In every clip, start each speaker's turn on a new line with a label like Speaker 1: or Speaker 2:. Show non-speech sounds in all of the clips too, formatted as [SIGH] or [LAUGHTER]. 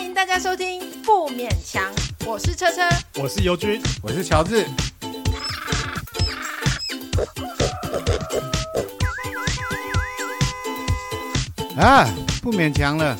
Speaker 1: 迎大家收听《不勉强》，我是车车。
Speaker 2: 我是尤军，
Speaker 3: 我是乔治，啊，不勉强了，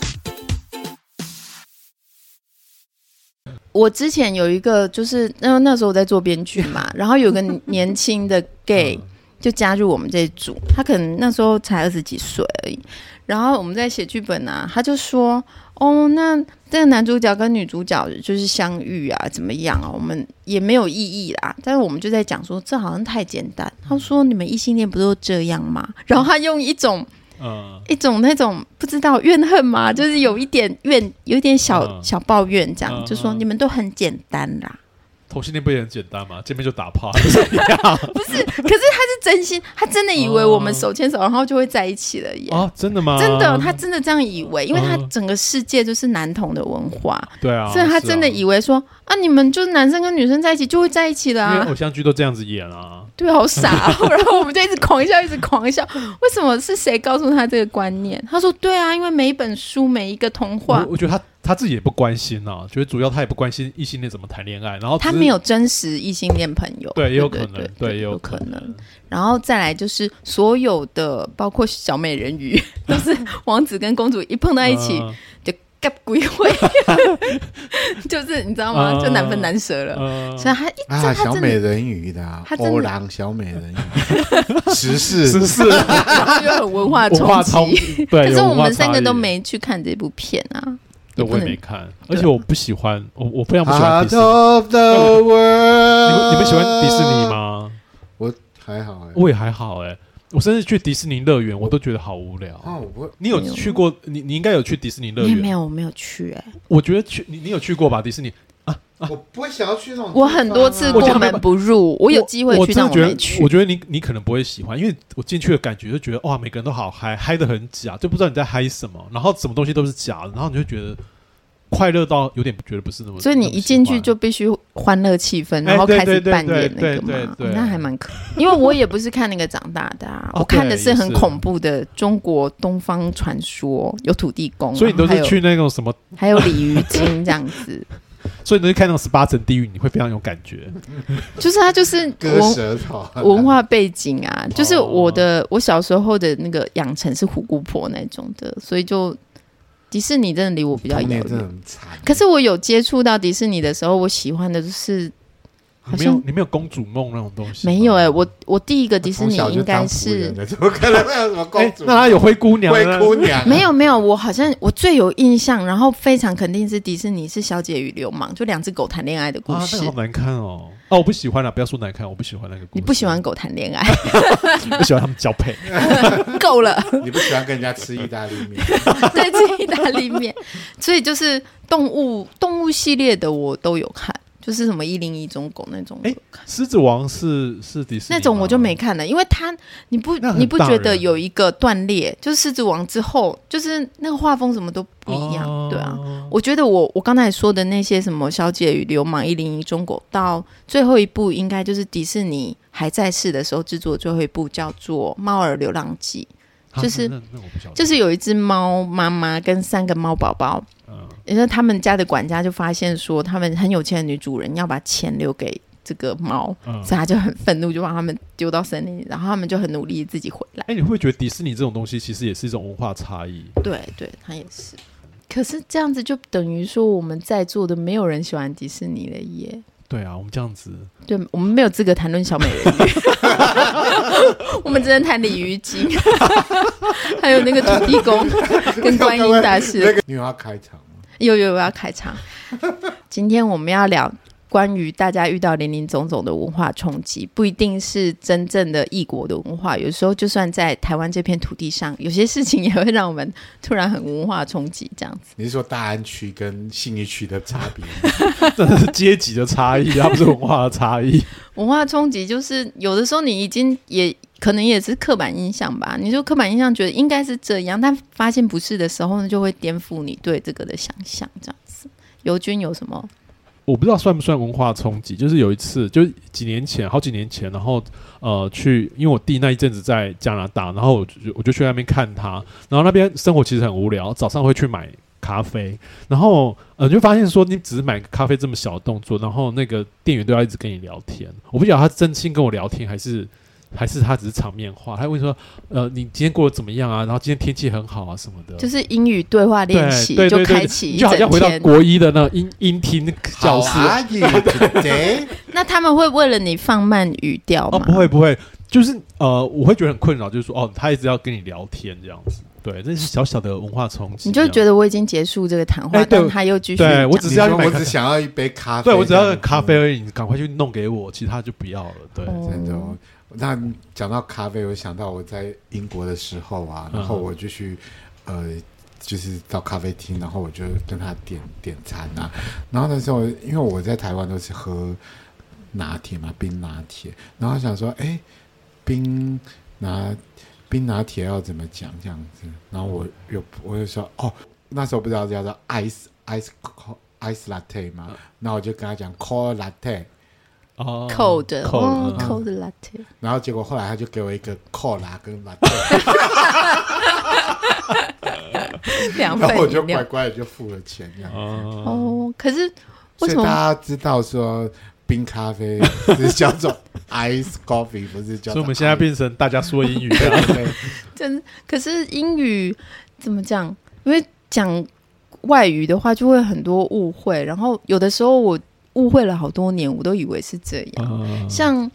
Speaker 4: 我之前有一个，就是那那时候我在做编剧嘛，然后有个年轻的 gay 就加入我们这一组，他可能那时候才二十几岁而已。然后我们在写剧本啊，他就说：“哦，那这个男主角跟女主角就是相遇啊，怎么样啊？我们也没有异议啦。”但是我们就在讲说，这好像太简单。他说：“你们异性恋不都这样吗？”然后他用一种
Speaker 2: 嗯，
Speaker 4: 一种那种不知道怨恨嘛，就是有一点怨，有一点小、
Speaker 2: 嗯
Speaker 4: 小抱怨这样，
Speaker 2: 嗯
Speaker 4: 就说
Speaker 2: 嗯
Speaker 4: 你们都很简单啦。
Speaker 2: 同性恋不也很简单吗？见面就打炮，还不 [LAUGHS] 是一样？
Speaker 4: 不是，可是他是真心，他真的以为我们手牵手，然后就会在一起了耶。
Speaker 2: 哦，真的吗？
Speaker 4: 真的，他真的这样以为，因为他
Speaker 2: 嗯
Speaker 4: 整个世界就是男同的文化，
Speaker 2: 对啊，
Speaker 4: 所以他真的
Speaker 2: 是
Speaker 4: 以为说啊你们就是男生跟女生在一起就会在一起了
Speaker 2: 啊因为
Speaker 4: 啊
Speaker 2: 偶，像剧都这样子演啊。
Speaker 4: 对，好傻、哦。 [LAUGHS] 然后我们就一直狂笑，一直狂笑。为什么是谁告诉他这个观念？他说对啊，因为每一本书、每一个童话
Speaker 2: 我，我觉得他他自己也不关心啊，觉得主要他也不关心异性恋怎么谈恋爱，然后只
Speaker 4: 他
Speaker 2: 哦是
Speaker 4: 没有真实异性恋朋友，
Speaker 2: 对，也有可能，
Speaker 4: 对
Speaker 2: 也有
Speaker 4: 有可
Speaker 2: 能。
Speaker 4: 然后再来就是所有的，包括小美人鱼， [LAUGHS] 都
Speaker 2: [LAUGHS]
Speaker 4: 是王子跟公主一碰到一起 [LAUGHS]
Speaker 2: 嗯
Speaker 4: 盖鬼会， [LAUGHS] 就是你知道吗？
Speaker 2: 嗯
Speaker 4: 就难分难舍了。
Speaker 2: 嗯
Speaker 4: 所以他一
Speaker 3: 啊，
Speaker 4: 这他
Speaker 3: 小
Speaker 4: 真
Speaker 3: 美
Speaker 4: 的
Speaker 3: 人鱼的、啊
Speaker 4: 他，真的
Speaker 3: 欧郎小美人鱼， [LAUGHS] 时事
Speaker 2: 是是
Speaker 4: 就很文化
Speaker 2: [LAUGHS] 文化冲
Speaker 4: 冲击。
Speaker 2: 击，
Speaker 4: 可
Speaker 2: 对，
Speaker 4: 是
Speaker 2: 有文
Speaker 4: 我
Speaker 2: 化
Speaker 4: 们三
Speaker 2: 差
Speaker 4: 个
Speaker 2: 异
Speaker 4: 都，没去看这部片啊，也
Speaker 2: 对，我
Speaker 4: 不
Speaker 2: 也没
Speaker 4: 能。
Speaker 2: 看，而且我不喜欢，我我非常不喜欢迪
Speaker 3: Out
Speaker 2: 士尼。
Speaker 3: of the world，
Speaker 2: 你们你们喜欢迪士尼？吗？
Speaker 3: 我还好哎、
Speaker 2: 我也还好哎、我甚至去迪士尼乐园，我都觉得好无聊。
Speaker 3: 啊，我不会，
Speaker 2: 你有
Speaker 4: 没有
Speaker 2: 去过？你你应该有去迪士尼乐
Speaker 4: 没有没
Speaker 2: 园。
Speaker 4: 有，我没有去哎，
Speaker 2: 我觉得去你你有去过吧？迪士尼，
Speaker 3: 我不会想要去那种地方
Speaker 4: 我
Speaker 3: 啊、
Speaker 4: 很多次
Speaker 2: 我觉
Speaker 4: 过
Speaker 2: 得没
Speaker 4: 门不入，我有机会
Speaker 2: 我
Speaker 4: 去，
Speaker 2: 真的
Speaker 4: 但我
Speaker 2: 觉
Speaker 4: 没
Speaker 2: 得，
Speaker 4: 去
Speaker 2: 我。觉得你你可能不会喜欢，因为我进去的感觉就觉得哇，每个人都好嗨，嗨的很假，就不知道你在嗨什么，然后什么东西都是假的，然后你就觉得快乐到有点觉得不是那么。
Speaker 4: 所以你
Speaker 2: 那么
Speaker 4: 一进
Speaker 2: 喜
Speaker 4: 去
Speaker 2: 欢
Speaker 4: 就必须欢乐气氛，
Speaker 2: 哎
Speaker 4: 然后开
Speaker 2: 对
Speaker 4: 始
Speaker 2: 对
Speaker 4: 扮演
Speaker 2: 对
Speaker 4: 那
Speaker 2: 对
Speaker 4: 个
Speaker 2: 对
Speaker 4: 嘛，
Speaker 2: 对
Speaker 4: 哦那还蛮可。因为我也不是看那个长大的啊，
Speaker 2: 哦
Speaker 4: 我看的
Speaker 2: 对也
Speaker 4: 是很
Speaker 2: 是
Speaker 4: 恐怖的中国东方传说，有土地公啊，
Speaker 2: 所以你都
Speaker 4: 还
Speaker 2: 是
Speaker 4: 有
Speaker 2: 去那种什么，
Speaker 4: 还有鲤鱼精这样子，
Speaker 2: 所以你都是看那种十八层地狱，你会非常有感觉。
Speaker 4: 就是它就是
Speaker 3: 割
Speaker 4: 文
Speaker 3: 舌头，
Speaker 2: 啊
Speaker 4: 文化背景啊，就是
Speaker 2: 哦
Speaker 4: 我的我小时候的那个养成是虎姑婆那种的，所以就迪士尼真的离我比较
Speaker 3: 童
Speaker 4: 遥
Speaker 3: 年真的
Speaker 4: 远。
Speaker 3: 很惨。
Speaker 4: 可是我有接触到迪士尼的时候，我喜欢的就是
Speaker 2: 你
Speaker 4: 好
Speaker 2: 没有
Speaker 4: 像
Speaker 2: 你没有公主梦那种东西吗。
Speaker 4: 没有哎、我我第一个迪士
Speaker 3: 从
Speaker 4: 尼
Speaker 3: 小就
Speaker 4: 应该
Speaker 3: 当仆
Speaker 4: 是
Speaker 3: 人的，怎么可能会有什么
Speaker 2: 哎
Speaker 3: 公主？
Speaker 2: 那她有灰姑娘啊
Speaker 3: 灰
Speaker 2: 呢，
Speaker 3: 姑娘，
Speaker 4: [LAUGHS] [LAUGHS] 没有没有，我好像我最有印象，然后非常肯定是迪士尼是《小姐与流氓》，就两只狗谈恋爱的故
Speaker 2: 啊，
Speaker 4: 事。
Speaker 2: 那个好难看哦。哦，我不喜欢了，不要说难看，我不喜欢那个故事。
Speaker 4: 你不喜欢，狗谈恋爱， [LAUGHS]
Speaker 2: 不喜欢他们交配。
Speaker 4: 够了，
Speaker 3: 你不喜欢跟人家吃意大利面，
Speaker 4: 对，吃意大利面。所以就是动物动物系列的我都有看，就是什么一零一中狗那种，
Speaker 2: 哎狮子王是是迪士尼吗，
Speaker 4: 那种我就没看了，因为它你不
Speaker 2: 那很
Speaker 4: 你不
Speaker 2: 大
Speaker 4: 觉得
Speaker 2: 人
Speaker 4: 有一个断裂，就是狮子王之后，就是那个画风什么都不一样，
Speaker 2: 哦
Speaker 4: 对啊。我觉得我我刚才说的那些什么《小姐与流氓》《一零一中国》，到最后一部应该就是迪士尼还在世的时候制作的最后一部，叫做《猫儿流浪记
Speaker 2: 啊
Speaker 4: 就是
Speaker 2: 那那那我不晓得》，
Speaker 4: 就是有一只猫妈妈跟三个猫宝宝，
Speaker 2: 嗯
Speaker 4: 因为他们家的管家就发现说，他们很有钱的女主人要把钱留给这个猫，
Speaker 2: 嗯。
Speaker 4: 所以他就很愤怒，就把他们丢到森林里，然后他们就很努力自己回来。
Speaker 2: 哎、你会不会觉得迪士尼这种东西其实也是一种文化差异？
Speaker 4: 对对，他也是。可是这样子就等于说我们在座的没有人喜欢迪士尼了耶。
Speaker 2: 对啊，我们这样子， [LAUGHS]
Speaker 4: 对，我们没有资格谈论小美人鱼，我们只能谈鲤鱼精，还有那个土地公 [LAUGHS] 跟观音大
Speaker 3: 那
Speaker 4: 士。
Speaker 3: [LAUGHS] 个你有要开场吗？
Speaker 4: 有有，我要开场。今天我们要聊关于大家遇到林林总总的文化冲击，不一定是真正的异国的文化，有时候就算在台湾这片土地上，有些事情也会让我们突然很文化冲击这样子。
Speaker 3: 你是说大安区跟信义区的差别吗？
Speaker 2: 真的是阶级的差异，啊它不是文化的差异。
Speaker 4: 文化冲击就是有的时候你已经也可能也是刻板印象吧，你就刻板印象觉得应该是这样，但发现不是的时候呢，就会颠覆你对这个的想象，这样子。尤军有什么？
Speaker 2: 我不知道算不算文化冲击，就是有一次，就是几年前，好几年前，然后呃去，因为我弟那一阵子在加拿大，然后我就我就去那边看他，然后那边生活其实很无聊，早上会去买咖啡，然后呃你就发现说你只是买个咖啡这么小的动作，然后那个店员都要一直跟你聊天，我不晓得他真心跟我聊天还是。还是他只是场面话，他会说，呃，你今天过得怎么样啊？然后今天天气很好啊什么的，
Speaker 4: 就是英语对话
Speaker 2: 对
Speaker 4: 练习
Speaker 2: 对
Speaker 4: 就
Speaker 2: 对对
Speaker 4: 开启
Speaker 2: 你
Speaker 4: 一
Speaker 2: 就好像
Speaker 4: 整
Speaker 2: 回到
Speaker 4: 天。啊
Speaker 2: 国一的那种音音听教室，
Speaker 3: 阿姨，
Speaker 2: [LAUGHS]
Speaker 3: 对，
Speaker 4: 那他们会为了你放慢语调
Speaker 2: 哦，
Speaker 4: 吗？
Speaker 2: 不会不会，就是呃，我会觉得很困扰，就是说哦，他一直要跟你聊天这样子，对，这是小小的文化冲击啊。
Speaker 4: 你就觉得我已经结束这个谈话
Speaker 2: 哎，对
Speaker 4: 但他又继续
Speaker 2: 对
Speaker 4: 讲
Speaker 2: 我只是要去
Speaker 3: 你
Speaker 2: 买
Speaker 3: 说我
Speaker 2: 咖
Speaker 3: 只想要一杯咖啡，
Speaker 2: 对我只要咖啡而已，你赶快去弄给我，其他就不要了。对，
Speaker 4: 哦
Speaker 3: 真的哦。那你讲到咖啡，我想到我在英国的时候啊，
Speaker 2: 嗯
Speaker 3: 然后我就去呃，就是到咖啡厅，然后我就跟他点点餐啊。然后那时候，因为我在台湾都是喝拿铁嘛，冰拿铁，然后想说，哎，冰拿冰拿铁要怎么讲这样子？然后我又我就说，哦，那时候不知道叫做 ice ice co- ice latte 嘛，那我就跟他讲 cold latte。
Speaker 2: 哦嗯
Speaker 4: cold 哦
Speaker 2: cold，
Speaker 4: cold latte，
Speaker 3: [LAUGHS] 然后结果后来他就给我一个扣拉跟拉
Speaker 4: [LAUGHS]
Speaker 3: 特，
Speaker 4: 两
Speaker 3: 然后我
Speaker 4: 份
Speaker 3: 就
Speaker 4: 饮
Speaker 3: 乖
Speaker 4: 料
Speaker 3: 乖的就付了钱这样。
Speaker 2: 哦，
Speaker 4: 哦。可是为
Speaker 3: 所以
Speaker 4: 什
Speaker 3: 大
Speaker 4: 么
Speaker 3: 家知道说冰咖啡是叫做 ice coffee，不是叫做 ice。
Speaker 2: 所以我们现在变成大家说英语
Speaker 3: 对
Speaker 2: 了。
Speaker 3: 对对
Speaker 4: 真？可是英语怎么讲？因为讲外语的话，就会很多误会。然后有的时候我误会了好多年，我都以为是这样。
Speaker 2: 嗯
Speaker 4: 像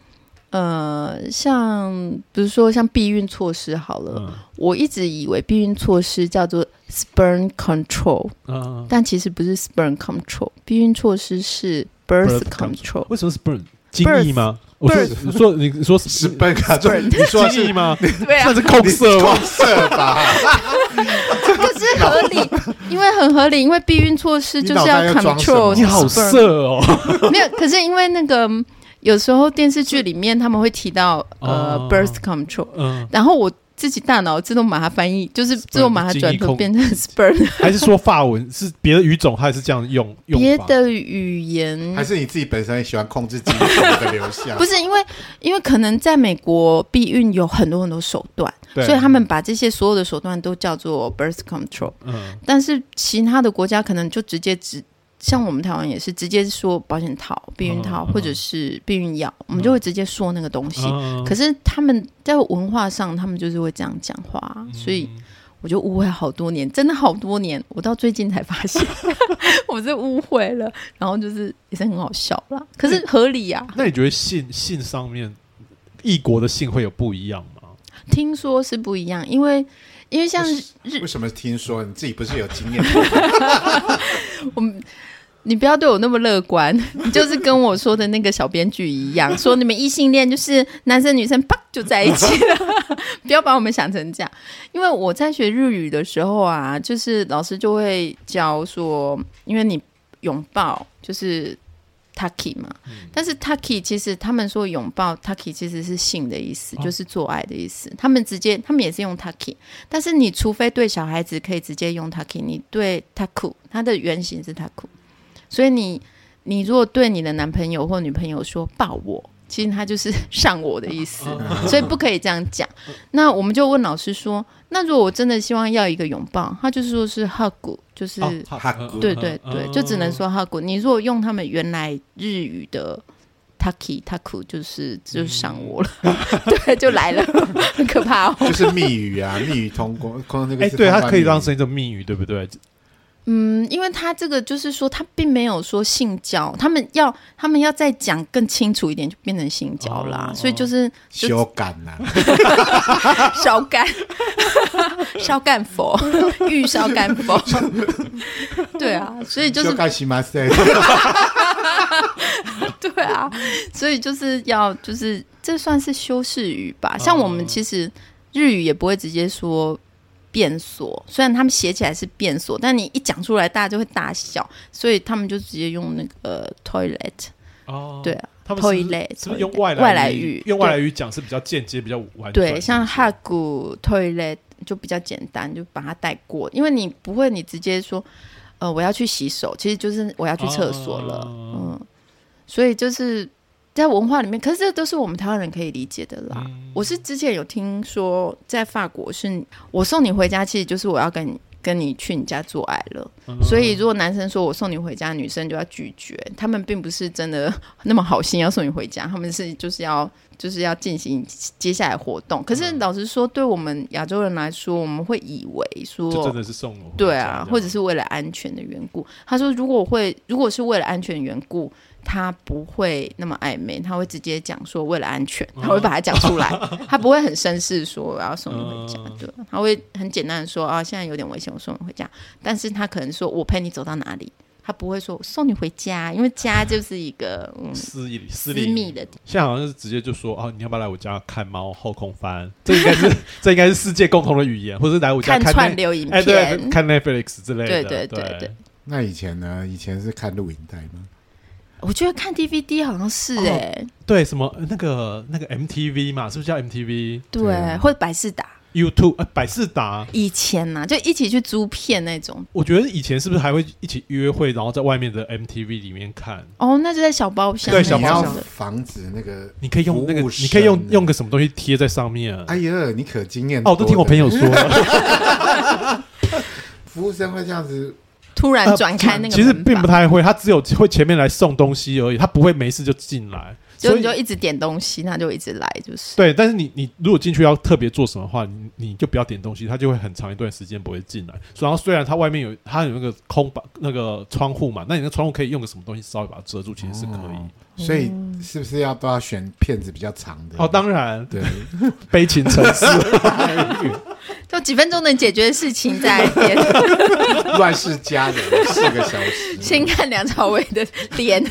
Speaker 4: 呃，像比如说像避孕措施好了，
Speaker 2: 嗯
Speaker 4: 我一直以为避孕措施叫做 sperm control，
Speaker 2: 嗯
Speaker 4: 但其实不是 sperm control，避孕措施是 birth control。
Speaker 2: 为什么是 burn 精益吗？我说
Speaker 4: birth
Speaker 2: 你说你说是
Speaker 3: 是笨咖啡，你说的
Speaker 2: 精益
Speaker 3: 是
Speaker 2: 吗？ [LAUGHS]
Speaker 4: 对啊
Speaker 2: 那，是控色吗？
Speaker 3: 控色
Speaker 2: [LAUGHS]
Speaker 3: 吧？
Speaker 4: 可是合理，因为很合理，因为避孕措施就是要
Speaker 3: 你脑袋要装什
Speaker 4: control
Speaker 3: 么
Speaker 4: sperm。
Speaker 2: [LAUGHS] 你好色哦！
Speaker 4: [LAUGHS] 没有，可是因为那个嗯有时候电视剧里面他们会提到呃
Speaker 2: 哦
Speaker 4: birth control，
Speaker 2: 嗯，
Speaker 4: 然后我自己大脑自动把它翻译，就是自动把它转
Speaker 2: 精益
Speaker 4: 头
Speaker 2: 控
Speaker 4: 变成 sperm。
Speaker 2: 还是说法文是别的语种，它也是这样用 [LAUGHS] 用
Speaker 4: 别
Speaker 2: 法
Speaker 4: 的语言
Speaker 3: 还是你自己本身也喜欢控制自己的流向？
Speaker 4: 不是因为，因为可能在美国避孕有很多很多手段，
Speaker 2: 对
Speaker 4: 所以他们把这些所有的手段都叫做 birth control。
Speaker 2: 嗯
Speaker 4: 但是其他的国家可能就直接直，像我们台湾也是直接说保险套、避孕套、
Speaker 2: 嗯嗯
Speaker 4: 或者是避孕药，我们就会直接说那个东西。
Speaker 2: 嗯
Speaker 4: 可是他们在文化上，他们就是会这样讲话，啊
Speaker 2: 嗯
Speaker 4: 所以我就误会好多年，真的好多年，我到最近才发现 [LAUGHS] 我是误会了，然后就是也是很好笑啦，可是合理啊呀、
Speaker 2: 那你觉得性性上面，异国的性会有不一样吗？
Speaker 4: 听说是不一样，因为因为像
Speaker 3: 为
Speaker 4: 日
Speaker 3: 为，什么听说你自己不是有经验吗？
Speaker 4: 我们你不要对我那么乐观， [LAUGHS] 你就是跟我说的那个小编剧一样，说你们异性恋就是男生女生啪就在一起了， [LAUGHS] 不要把我们想成这样。因为我在学日语的时候啊，就是老师就会教说，因为你拥抱就是 taki 嘛，但是 taki 其实他们说拥抱 taki 其实是性的意思，
Speaker 2: 哦
Speaker 4: 就是做爱的意思。他们直接他们也是用 taki，但是你除非对小孩子可以直接用 taki，你对 taku 它的原型是 taku，所以你你如果对你的男朋友或女朋友说抱我，其实他就是上我的意思， [LAUGHS]
Speaker 3: 哦
Speaker 4: 所以不可以这样讲。那我们就问老师说，那如果我真的希望要一个拥抱，他就是说是 hug，就是、
Speaker 2: 哦
Speaker 3: 哈嗯
Speaker 4: 对对对，就只能说 hug。你如果用他们原来日语的 taki taku，就是就是上我了，对，就来了，很可怕哦。
Speaker 3: 就是密语啊，密语通过，通那个
Speaker 2: 哎，
Speaker 3: 是
Speaker 2: 对，它
Speaker 3: 通关
Speaker 2: 可以
Speaker 3: 密语
Speaker 2: 当成一种密语，对不对？
Speaker 4: 嗯，因为他这个就是说，他并没有说性交，他们要他们要再讲更清楚一点，就变成性交啦。
Speaker 2: 哦
Speaker 4: 所以就是就
Speaker 3: 修改呐，
Speaker 4: 烧干， [LAUGHS] 烧干佛， [LAUGHS] 玉烧干佛。 [LAUGHS] 对啊，所以就是
Speaker 3: 修改西
Speaker 4: [LAUGHS]
Speaker 3: 马塞。
Speaker 4: 对啊，所以就是要就是这算是修饰语吧。像我们其实日语也不会直接说变所，虽然他们写起来是变所，但你一讲出来大家就会大笑，所以他们就直接用那个呃 toilet。
Speaker 2: 哦
Speaker 4: 对啊，
Speaker 2: 他们是不是
Speaker 4: toilet，
Speaker 2: 是不是用
Speaker 4: toilet，
Speaker 2: 外
Speaker 4: 外来
Speaker 2: 来
Speaker 4: 语
Speaker 2: 用外来语讲是比较间接、比较嗯婉转一
Speaker 4: 对，
Speaker 2: 点
Speaker 4: 像哈古 toilet 就比较简单，就把它带过，因为你不会你直接说，呃，我要去洗手，其实就是我要去厕所了，
Speaker 2: 哦
Speaker 4: 嗯，所以就是在文化里面，可是这都是我们台湾人可以理解的
Speaker 2: 啊
Speaker 4: 啦。
Speaker 2: 嗯
Speaker 4: 我是之前有听说，在法国是我送你回家，其实就是我要跟你跟你去你家做爱了。
Speaker 2: 嗯
Speaker 4: 所以如果男生说我送你回家，女生就要拒绝。他们并不是真的那么好心要送你回家，他们是就是要就是要进行接下来活动。可
Speaker 2: 嗯
Speaker 4: 是老实说，对我们亚洲人来说，我们会以为说
Speaker 2: 嗯就真的是送我回家
Speaker 4: 对
Speaker 2: 这
Speaker 4: 啊
Speaker 2: 样，
Speaker 4: 或者是为了安全的缘故。他说，如果会，如果是为了安全缘故，他不会那么暧昧，他会直接讲说为了安全，
Speaker 2: 嗯
Speaker 4: 他会把它讲出
Speaker 2: [LAUGHS]
Speaker 4: 来，他不会很绅士说我要送你回家，
Speaker 2: 嗯
Speaker 4: 对，啊他会很简单的说啊，现在有点危险，我送你回家。但是他可能说我陪你走到哪里，他不会说我送你回家，因为家就是一个嗯
Speaker 2: 私隐
Speaker 4: 私
Speaker 2: 私领
Speaker 4: 密的地方。
Speaker 2: 现在好像是直接就说哦，你要不要来我家看猫后空翻？ [LAUGHS] 这应该是这应该是世界共同的语言，或者是来我家
Speaker 4: 看
Speaker 2: 看
Speaker 4: 串
Speaker 2: Net-
Speaker 4: 流影
Speaker 2: 哎对
Speaker 4: 片，，
Speaker 2: 看 Netflix 之类的，
Speaker 4: 对对对对
Speaker 3: 那以前呢？以前是看录影带吗？
Speaker 4: 我觉得看 DVD 好像是
Speaker 2: 哦
Speaker 4: 哎、
Speaker 2: 对什么那个那个 MTV 嘛，是不是叫 MTV
Speaker 3: 对
Speaker 4: 对，
Speaker 3: 啊
Speaker 4: 或者百事达。
Speaker 2: YouTube 呃百事达？
Speaker 4: 以前啊呐、就一起去租片那种。
Speaker 2: 我觉得以前是不是还会一起约会，然后在外面的 MTV 里面看？
Speaker 4: 哦，那就在小包厢，
Speaker 2: 对
Speaker 3: 你
Speaker 2: 小包
Speaker 3: 要
Speaker 2: 厢
Speaker 3: 防止那个。
Speaker 2: 你可以用那个，
Speaker 3: 服务生
Speaker 2: 你可以用用个什么东西贴在上面？啊
Speaker 3: 哎呀，你可经验
Speaker 2: 哦，我都听我朋
Speaker 3: 友，
Speaker 2: 友说，
Speaker 3: 服务生会这样子，
Speaker 4: 突然 [LAUGHS] 转开那个门吧、
Speaker 2: 呃 [LAUGHS] 其实并不太会，他只有会前面来送东西而已，他不会没事就进来。
Speaker 4: 就
Speaker 2: 所以
Speaker 4: 你就一直点东西，那就一直来，就是。
Speaker 2: 对，但是你你如果进去要特别做什么的话，你你就不要点东西，他就会很长一段时间不会进来。所以然后虽然它外面有它有那个空把那个窗户嘛，那你那个窗户可以用个什么东西稍微把它遮住，其实是可
Speaker 3: 哦
Speaker 2: 以。
Speaker 3: 所以是不是要都要选片子比较长的？
Speaker 2: 哦，当然，
Speaker 3: 对，
Speaker 2: 悲情城市
Speaker 4: 就几分钟能解决的事情，再来
Speaker 2: [LAUGHS]
Speaker 4: 点
Speaker 3: [LAUGHS] 乱世佳人四个小时，
Speaker 4: 先看梁朝伟的脸，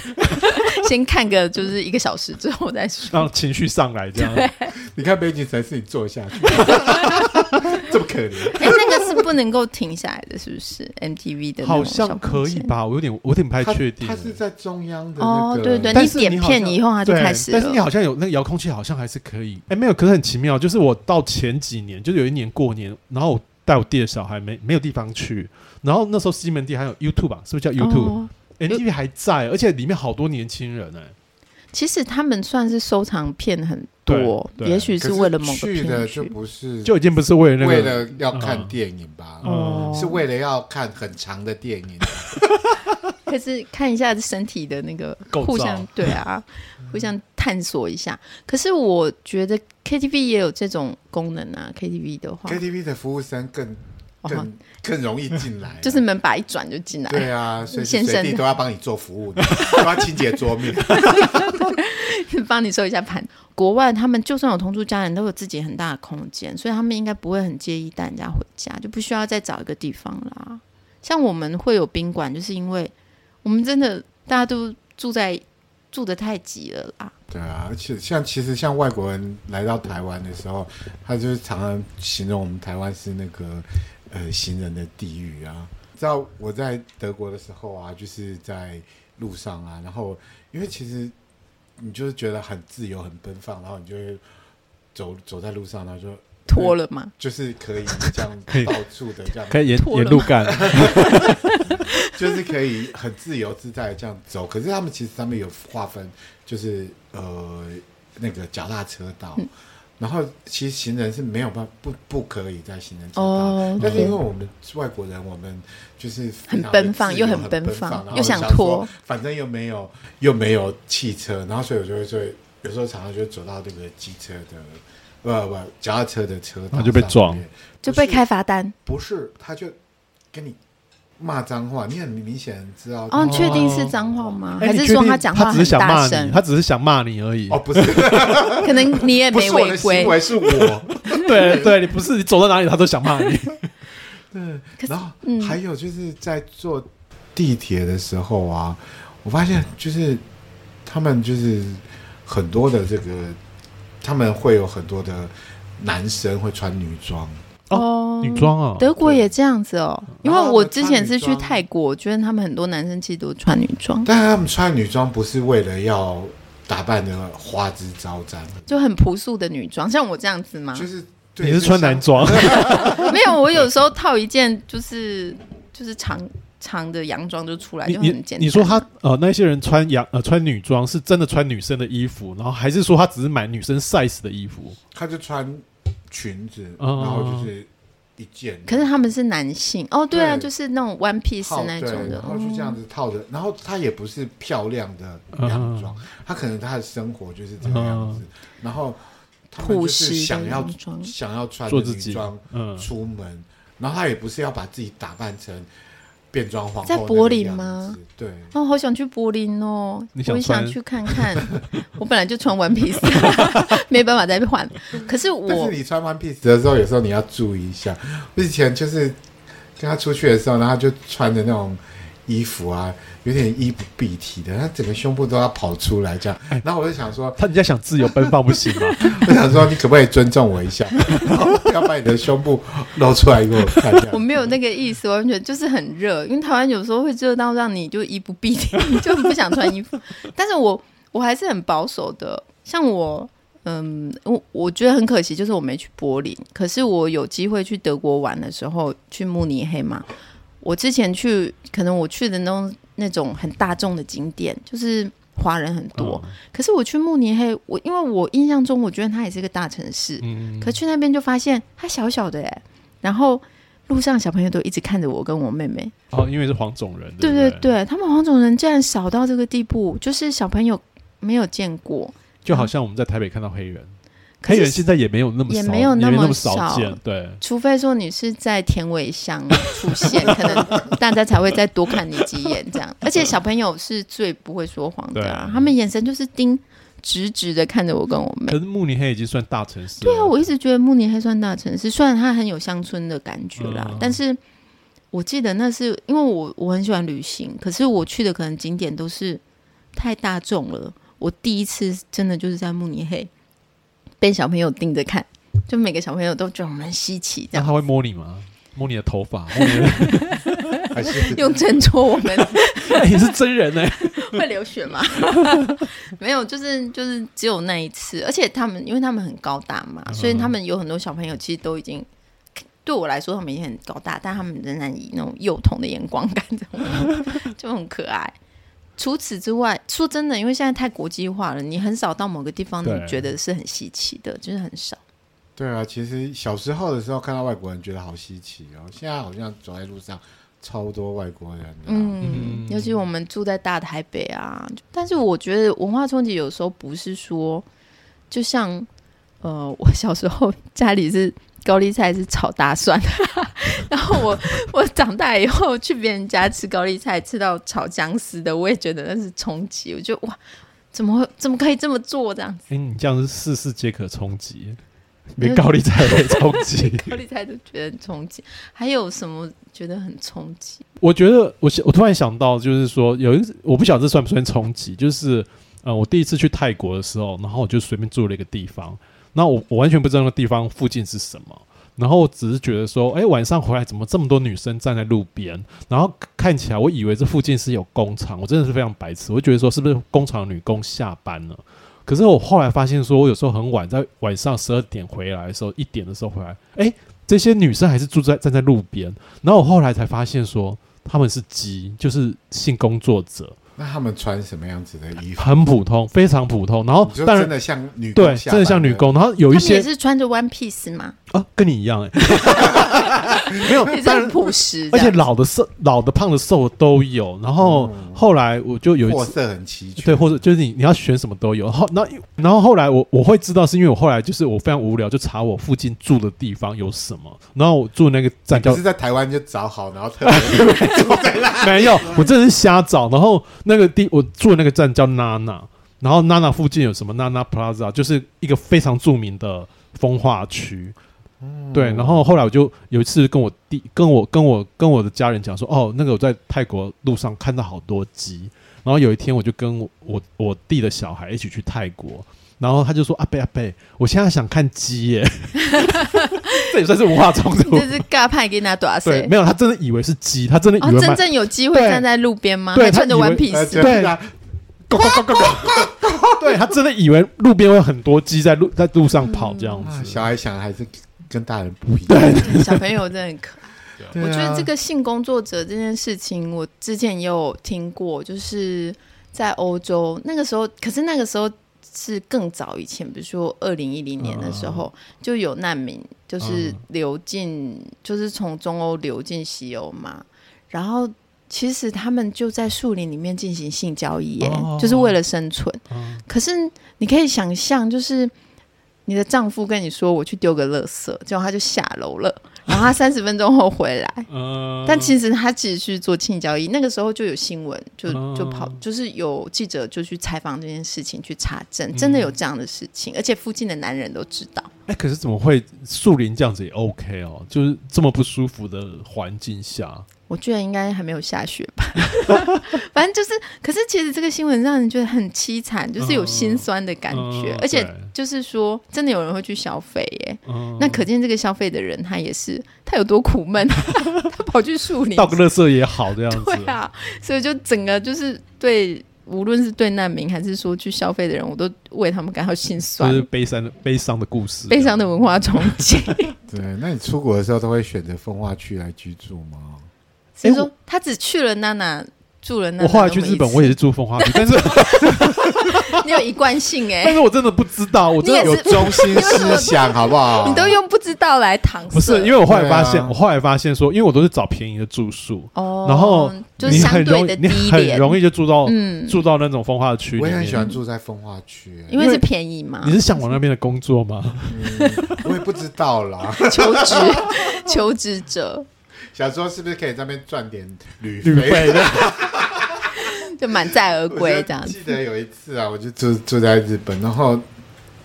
Speaker 4: [LAUGHS] 先看个就是一个小时之后再说。
Speaker 2: 让情绪上来这样。
Speaker 3: 你看北景城市，你坐下
Speaker 4: [LAUGHS]
Speaker 3: 去，这么可怜。
Speaker 4: 哎、那个是不能够停下来的，是不是？MTV 的那种
Speaker 2: 好
Speaker 4: 小空
Speaker 2: 像可以
Speaker 4: 间？
Speaker 2: 吧？我有点，我有点不太
Speaker 3: 他
Speaker 2: 确定。
Speaker 3: 他是在中央的那
Speaker 4: 哦
Speaker 3: 个，，
Speaker 4: 对对，
Speaker 2: 但
Speaker 4: 你
Speaker 2: 是你
Speaker 4: 点
Speaker 2: 好
Speaker 4: 片
Speaker 2: 像
Speaker 4: 以后，它就
Speaker 2: 对
Speaker 4: 开始
Speaker 2: 但是你
Speaker 4: 了。
Speaker 2: 好像有那个遥控器，好像还是可以。哎、没有，可是很奇妙，就是我到前几年，就是有一年过年，然后我带我弟的小孩没没有地方去，然后那时候西门町还有 YouTube 吧，是不是叫 YouTube？MTV、
Speaker 4: 哦
Speaker 2: MTV 还在，而且里面好多年轻人哎、
Speaker 4: 其实他们算是收藏片很多，
Speaker 2: 对对
Speaker 4: 也许
Speaker 3: 可是
Speaker 4: 为了某个
Speaker 3: 去
Speaker 4: 片
Speaker 3: 的
Speaker 4: 去
Speaker 3: 就不是
Speaker 2: 就已经不是为了那个
Speaker 3: 为了要看电影吧，呃
Speaker 2: 嗯
Speaker 4: 哦
Speaker 3: 是为了要看很长的电影。
Speaker 4: 可是看一下身体的那个
Speaker 2: 构造
Speaker 4: 互相对
Speaker 2: [LAUGHS]
Speaker 4: 啊，互相探索一下。可是我觉得 KTV 也有这种功能啊，KTV 的话，
Speaker 3: KTV 的服务生更
Speaker 4: 哦
Speaker 3: 更更容易进来，啊
Speaker 4: [LAUGHS] 就是门把一转就进来，
Speaker 3: 对啊，随时
Speaker 4: 先生
Speaker 3: 随地都要帮你做服务， [LAUGHS] 都要清洁桌面。
Speaker 4: [LAUGHS] 帮你收一下盘。国外他们就算有同住家人，都有自己很大的空间，所以他们应该不会很介意带人家回家，就不需要再找一个地方啦。像我们会有宾馆，就是因为我们真的大家都住在住的太挤了啦。
Speaker 3: 对啊，而且像其实像外国人来到台湾的时候，他就是常常形容我们台湾是那个呃行人的地狱啊。你知道我在德国的时候啊，就是在路上啊，然后因为其实你就是觉得很自由、很奔放，然后你就会走走在路上，然后就
Speaker 4: 脱了嘛，
Speaker 3: 就是可以这样
Speaker 2: 可
Speaker 4: [LAUGHS]
Speaker 2: 以
Speaker 3: 到处的这样，
Speaker 2: 可以沿
Speaker 4: 吐了
Speaker 2: 沿
Speaker 4: [LAUGHS]
Speaker 2: 路干，
Speaker 3: 就是可以很自由自在的这样走。可是他们其实他们有划分，就是呃那个脚踏车道，
Speaker 4: 嗯
Speaker 3: 然后其实行人是没有办不不可以在行人车道。
Speaker 4: 哦
Speaker 3: 但是因为我们外国人，我们就是非常的
Speaker 4: 很奔放
Speaker 3: 自
Speaker 4: 又
Speaker 3: 由
Speaker 4: 很
Speaker 3: 很
Speaker 4: 奔放
Speaker 3: 放，然后
Speaker 4: 又想
Speaker 3: 想说
Speaker 4: 脱，
Speaker 3: 反正又没有又没有汽车，然后所以我就会说，有时候常常就走到这个机车的。不不，脚踏车的车道
Speaker 2: 然后就被
Speaker 3: 上
Speaker 2: 撞
Speaker 3: 面
Speaker 4: 就被
Speaker 3: 不是
Speaker 4: 开罚单。
Speaker 3: 不是，他就跟你骂脏话，你很明显知道。
Speaker 4: 哦，你确定是脏话吗？
Speaker 2: 哎
Speaker 4: 还
Speaker 2: 你
Speaker 4: 是
Speaker 2: 确
Speaker 4: 说
Speaker 2: 定
Speaker 4: 他讲
Speaker 2: 他
Speaker 4: 话
Speaker 2: 只是
Speaker 4: 很
Speaker 2: 想骂
Speaker 4: 大
Speaker 2: 你，
Speaker 4: 声？
Speaker 2: 他只是想骂你而已。
Speaker 3: 哦，不是，
Speaker 4: [LAUGHS] 可能你也
Speaker 3: [LAUGHS] 不
Speaker 4: 没
Speaker 3: 是我
Speaker 4: 违
Speaker 3: 的行
Speaker 4: 规。[LAUGHS]
Speaker 3: 为，是我。
Speaker 2: 对对，你不是你走到哪里他都想骂你。
Speaker 3: 对，然后
Speaker 4: 嗯
Speaker 3: 还有就是在坐地铁的时候啊，我发现就是他们就是很多的这个，他们会有很多的男生会穿女装，
Speaker 4: 哦
Speaker 2: 女装啊，嗯
Speaker 4: 德国也这样子哦，因为
Speaker 3: 然后
Speaker 4: 我
Speaker 3: 呢
Speaker 4: 之
Speaker 3: 穿
Speaker 4: 前
Speaker 3: 女
Speaker 4: 是去
Speaker 3: 装
Speaker 4: 泰国，我觉得他们很多男生其实都穿女装，
Speaker 3: 但他们穿女装不是为了要打扮的花枝招展，
Speaker 4: 就很朴素的女装，像我这样子吗？
Speaker 3: 就是对
Speaker 2: 你是穿男，装，
Speaker 4: 没有，我有时候套一件就是就是长长的洋装就出来，
Speaker 2: 你
Speaker 4: 啊就
Speaker 2: 你
Speaker 4: 很简单。
Speaker 2: 你说他呃那些人穿洋呃穿女装是真的穿女生的衣服，然后还是说他只是买女生 size 的衣服？
Speaker 3: 他就穿裙子，
Speaker 2: 哦
Speaker 3: 然后就是一件，
Speaker 4: 可是他们是男性哦，对啊，
Speaker 3: 对
Speaker 4: 就是那种 one piece
Speaker 3: 套
Speaker 4: 那
Speaker 3: 对
Speaker 4: 种的哦
Speaker 3: 然，后就这样子套着，然后它也不是漂亮的洋装，
Speaker 4: 嗯
Speaker 3: 它可能它的生活就是这个样
Speaker 2: 哦
Speaker 3: 子，然后他们
Speaker 4: 朴
Speaker 3: 就
Speaker 4: 实
Speaker 3: 是
Speaker 4: 的
Speaker 3: 想要
Speaker 4: 洋装
Speaker 3: 想要穿着
Speaker 2: 做自
Speaker 3: 女
Speaker 2: 己
Speaker 3: 装
Speaker 2: 嗯，
Speaker 3: 出门，然后他也不是要把自己打扮成变装皇后
Speaker 4: 在
Speaker 3: 那个
Speaker 4: 柏林
Speaker 3: 样
Speaker 4: 吗
Speaker 3: 子？对，
Speaker 4: 哦，好想去柏林哦！
Speaker 2: 你想
Speaker 4: 我也想
Speaker 2: 穿
Speaker 4: 去看看。 [LAUGHS] 我本来就穿 One Piece，没办法再换。可是
Speaker 3: 但
Speaker 4: 我
Speaker 3: 是你穿 One Piece 的时候，有时候你要注意一下。我以前就是跟他出去的时候，然后他就穿的那种衣服啊，有点衣不蔽体的，他整个胸部都要跑出来这样。
Speaker 4: 哎
Speaker 3: 然后我就想说，
Speaker 2: 他人家想自由奔放不行啊吗？
Speaker 4: [LAUGHS]
Speaker 3: 我想说，你可不可以尊重我一下，然后不要把你的胸部露出来给我看这样
Speaker 4: [LAUGHS] 我没有那个意思，我完全就是很热，因为台湾有时候会热到让你就衣不蔽体，你就不想穿衣服。 [LAUGHS] 但是我我还是很保守的，像我。嗯，我我觉得很可惜，就是我没去柏林。可是我有机会去德国玩的时候，去慕尼黑嘛。我之前去，可能我去的那种那种很大众的景点，就是华人很多。可是我去慕尼黑，我因为我印象中，我觉得它也是一个大城市，
Speaker 2: 嗯，
Speaker 4: 可去那边就发现它小小的哎、然后路上小朋友都一直看着我跟我妹妹，
Speaker 2: 哦，因为是黄种人，
Speaker 4: 对对
Speaker 2: 对不，
Speaker 4: 对，他们黄种人竟然少到这个地步，就是小朋友没有见过，
Speaker 2: 就好像我们在台北看到黑人，
Speaker 4: 可
Speaker 2: 黑
Speaker 4: 是
Speaker 2: 人现在也没有那么
Speaker 4: 也
Speaker 2: 少
Speaker 4: 没有那
Speaker 2: 那
Speaker 4: 么
Speaker 2: 少
Speaker 4: 少
Speaker 2: 见，对，
Speaker 4: 除非说你是在田尾乡出现，可能大家才会再多看你几眼这样。而且小朋友是最不会说谎的、啊
Speaker 2: 对，
Speaker 4: 他们眼神就是盯直直的看着我跟我妹
Speaker 2: 可。是慕尼黑已经算大城市了，
Speaker 4: 对啊，我一直觉得慕尼黑算大城市，虽然它很有乡村的感觉啦，
Speaker 2: 嗯
Speaker 4: 但是我记得那是因为我我很喜欢旅行，可是我去的可能景点都是太大众了。我第一次真的就是在慕尼黑被小朋友盯着看，就每个小朋友都觉得我们很稀奇，这
Speaker 2: 那
Speaker 4: 样、
Speaker 2: 他会摸你吗？摸你的头发，摸你的， [LAUGHS]
Speaker 3: 还是
Speaker 4: 用针戳我们
Speaker 2: 哎你是真
Speaker 4: [LAUGHS]
Speaker 2: 人呢，
Speaker 4: 会流血吗？没有，就是就是只有那一次，而且他们因为他们很高大嘛，所以他们有很多小朋友其实都已经。对我来说，他们也很高大，但他们仍然以那种幼童的眼光看着我们， [LAUGHS] 就很可爱。除此之外，说真的，因为现在太国际化了，你很少到某个地方，你
Speaker 2: 对
Speaker 4: 觉得是很稀奇的，就是很少。
Speaker 3: 对啊，其实小时候的时候看到外国人觉得好稀奇哦，现在好像走在路上超多外国人的、啊
Speaker 4: 嗯，尤其我们住在大台北啊，就但是我觉得文化冲击有时候不是说，就像呃，我小时候 [LAUGHS] 家里是高丽菜是炒大蒜， [LAUGHS] 然后我我长大以后去别人家吃高丽菜，吃到炒姜丝的，我也觉得那是冲击，我就哇，怎么会怎么可以这么做这样子？
Speaker 2: 哎，你这样是事事皆可冲击，
Speaker 4: 没有
Speaker 2: 连高利贷都被冲击。
Speaker 4: 高丽菜都觉得很冲击，还有什么觉得很冲击？
Speaker 2: 我觉得我想我突然想到，就是说有一次我不晓得这算不算冲击，就是呃，我第一次去泰国的时候，然后我就随便住了一个地方，那我我完全不知道那个地方附近是什么。然后我只是觉得说，哎，晚上回来怎么这么多女生站在路边？然后看起来，我以为这附近是有工厂，我真的是非常白痴，我就觉得说是不是工厂女工下班了？可是我后来发现说，我有时候很晚，在晚上十二点回来的时候，一点的时候回来，哎，这些女生还是住在站在路边。然后我后来才发现说，他们是鸡，就是性工作者，
Speaker 3: 那他们穿什么样子的衣服？
Speaker 2: 很普通，非常普通。然后
Speaker 3: 你就
Speaker 2: 哦当
Speaker 3: 真
Speaker 2: 然
Speaker 3: 的像女工
Speaker 2: 对，
Speaker 3: 下
Speaker 2: 真的像
Speaker 3: 班
Speaker 4: [LAUGHS]
Speaker 2: 女工。然后有一
Speaker 4: 他们也
Speaker 2: 些
Speaker 4: 是穿着 one piece 嘛，
Speaker 2: 啊，跟你一样哎、没有，
Speaker 4: 也是
Speaker 2: 当
Speaker 4: 很
Speaker 2: 然。
Speaker 4: 朴实这
Speaker 2: 而
Speaker 4: 样，
Speaker 2: 且老的瘦、老的、胖的、瘦的都有。然后
Speaker 3: 嗯
Speaker 2: 后来我就有一
Speaker 3: 货
Speaker 2: 次，
Speaker 3: 色很齐全，
Speaker 2: 对，或者就是你你要选什么都有。后那然后后来我我会知道，是因为我后来就是我非常无聊，就查我附近住的地方有什么。然后我住那个站叫
Speaker 3: 你不是在台湾就找好，然后
Speaker 4: [LAUGHS]
Speaker 3: 特别
Speaker 2: [LAUGHS] 没有，我真的是瞎找。然后那个地，我住的那个站叫娜娜，然后娜娜附近有什么娜娜 Plaza，就是一个非常著名的风化区。对，然后后来我就有一次跟我弟、跟我、跟我、跟我的家人讲说，哦，那个我在泰国路上看到好多鸡。然后有一天我就跟我我我弟的小孩一起去泰国，然后他就说阿贝阿贝，我现在想看鸡耶， [LAUGHS] 这也算是文化冲突
Speaker 4: 这。是尬派给他打谁
Speaker 2: 对，？没有，他真的以为是鸡，他真 [LAUGHS] 的以
Speaker 4: 哦，
Speaker 2: 为
Speaker 4: 真
Speaker 2: 买
Speaker 4: 正有机会
Speaker 2: 对
Speaker 4: 站在路边吗？
Speaker 2: 对
Speaker 4: 还穿着
Speaker 2: 他以为
Speaker 4: One
Speaker 3: 呃
Speaker 4: Piece，
Speaker 3: 真的啊
Speaker 2: 咕咕咕咕
Speaker 4: [LAUGHS]
Speaker 2: 咕，对他真的以为路边会有很多鸡在路在路上跑
Speaker 4: 嗯
Speaker 2: 这样
Speaker 3: 啊
Speaker 2: 子，
Speaker 3: 小孩想的还是跟大人不一样。
Speaker 4: [LAUGHS] 小朋友真的很可
Speaker 3: [LAUGHS]
Speaker 4: 爱。
Speaker 3: 对
Speaker 4: 我觉得
Speaker 3: 啊
Speaker 4: 这个性工作者这件事情，我之前也有听过，就是在欧洲那个时候，可是那个时候是更早以前，比如说二零一零年的时候，
Speaker 3: 嗯
Speaker 4: 就有难民就是
Speaker 2: 嗯
Speaker 4: 流进，就是从中欧流进西欧嘛，然后。其实他们就在树林里面进行性交易耶，
Speaker 2: 哦
Speaker 4: 就是为了生存。
Speaker 2: 嗯
Speaker 4: 可是你可以想象，就是你的丈夫跟你说我去丢个垃圾，结果他就下楼
Speaker 2: [LAUGHS]
Speaker 4: 了，然后他三十分钟后回来，
Speaker 2: 嗯
Speaker 4: 但其实他其实去做性交易。那个时候就有新闻，就
Speaker 2: 嗯
Speaker 4: 就跑，就是有记者就去采访这件事情，去查证，
Speaker 2: 嗯
Speaker 4: 真的有这样的事情，而且附近的男人都知道。
Speaker 2: 哎、可是怎么会树林这样子也 OK 哦？就是这么不舒服的环境下，
Speaker 4: 我觉得应该还没有下雪吧， [LAUGHS] 反正就是，可是其实这个新闻让人觉得很凄惨，就是有心酸的感觉，
Speaker 2: 嗯
Speaker 4: 而且
Speaker 2: 对
Speaker 4: 就是说，真的有人会去消费耶、
Speaker 2: 嗯，
Speaker 4: 那可见这个消费的人他也是他有多苦闷，啊 [LAUGHS] 他跑去树林，
Speaker 2: 倒个垃圾也好这样子，
Speaker 4: 对啊，所以就整个就是对，无论是对难民还是说去消费的人，我都为他们感到心
Speaker 2: 就
Speaker 4: 酸
Speaker 2: 是，悲伤的悲伤的故事，
Speaker 4: 悲伤的文化冲
Speaker 2: [LAUGHS]
Speaker 4: 击。
Speaker 3: 对，那你出国的时候都会选择风化区来居住
Speaker 4: [LAUGHS]
Speaker 3: 吗？
Speaker 4: 所以说他只去了娜娜。住了娜娜
Speaker 2: 哎我后来去日本，我也是住风花
Speaker 4: [LAUGHS]
Speaker 2: 区，但是
Speaker 4: 那么一次你有一贯性哎、
Speaker 2: 但 [LAUGHS] 是我真的不知道，我真的
Speaker 4: 你也
Speaker 3: 有
Speaker 4: 是
Speaker 3: 中心思想， [LAUGHS] 好不好？
Speaker 4: 你都用不知道来搪塞，
Speaker 2: 不是，因为我后来发现，
Speaker 3: 对啊
Speaker 2: 我后来发现说，因为我都是找便宜的住宿，
Speaker 4: 哦，
Speaker 2: 然后
Speaker 4: 就是
Speaker 2: 你
Speaker 4: 相
Speaker 2: 很
Speaker 4: 对
Speaker 2: 容易
Speaker 4: 的，
Speaker 2: 你
Speaker 4: 低
Speaker 2: 很
Speaker 4: 廉，
Speaker 2: 容易哦就住到
Speaker 4: 嗯，
Speaker 2: 住到那种风化区里
Speaker 3: 我也
Speaker 2: 面。
Speaker 3: 很喜欢住在风化区、欸
Speaker 4: 因为是便宜嘛
Speaker 2: 你，是向往那边的工
Speaker 4: [LAUGHS]
Speaker 2: 作吗？
Speaker 3: 嗯我也不知道啦， [LAUGHS]
Speaker 4: 求职求职者
Speaker 3: 想说是不是可以在那边赚点旅
Speaker 2: 旅
Speaker 4: [LAUGHS]
Speaker 2: 费的，
Speaker 4: 就满载而
Speaker 3: 我
Speaker 4: 归
Speaker 3: 就
Speaker 4: 这样子。
Speaker 3: 记得有一次啊，我就住住在日本，然后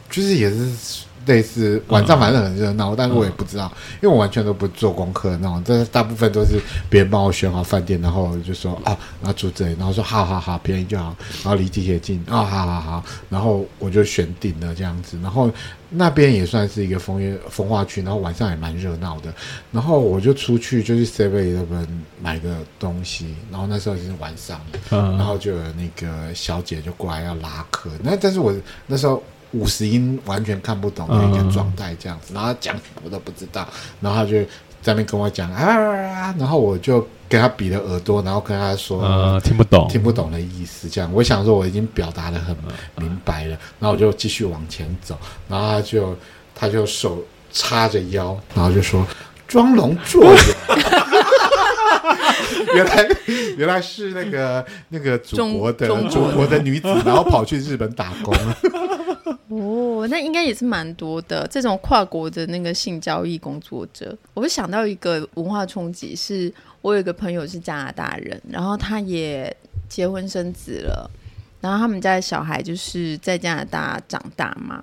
Speaker 3: 就是也是类似晚上反正很热闹，但是我也不知道，因为我完全都不做功课的那种，但是大部分都是别人帮我选好饭店，然后我就说啊，然后住这里，然后说好好好，便宜就好，然后离地铁近啊，好好好，然后我就选定了这样子，然后那边也算是一个风月风化区，然后晚上也蛮热闹的，然后我就出去就去 Seven Eleven 买个东西，然后那时候已经是晚上了。
Speaker 2: 嗯
Speaker 3: 然后就有那个小姐就过来要拉客，那但是我那时候五十音完全看不懂的一个状态这样子，然后她讲什么都不知道，然后她就在那边跟我讲啊然后我就跟她比了耳朵，然后跟她
Speaker 4: 嗯
Speaker 3: 说。
Speaker 2: 呃，听不懂，
Speaker 3: 听不懂的意思，这样我想说我已经表达的很明白
Speaker 2: 嗯
Speaker 3: 了，然后我就继续往前走，然后她就她就手叉着腰，然后就说装聋作
Speaker 2: [LAUGHS]
Speaker 3: 哑。原来原来是那个那个祖国的
Speaker 4: 中中国
Speaker 3: 祖国的女
Speaker 2: [LAUGHS]
Speaker 3: 子，然后跑去日本打工。
Speaker 4: 哦，那应该也是蛮多的这种跨国的那个性交易工作者。我想到一个文化冲击是，我有一个朋友是加拿大人，然后他也结婚生子了，然后他们家的小孩就是在加拿大长大嘛。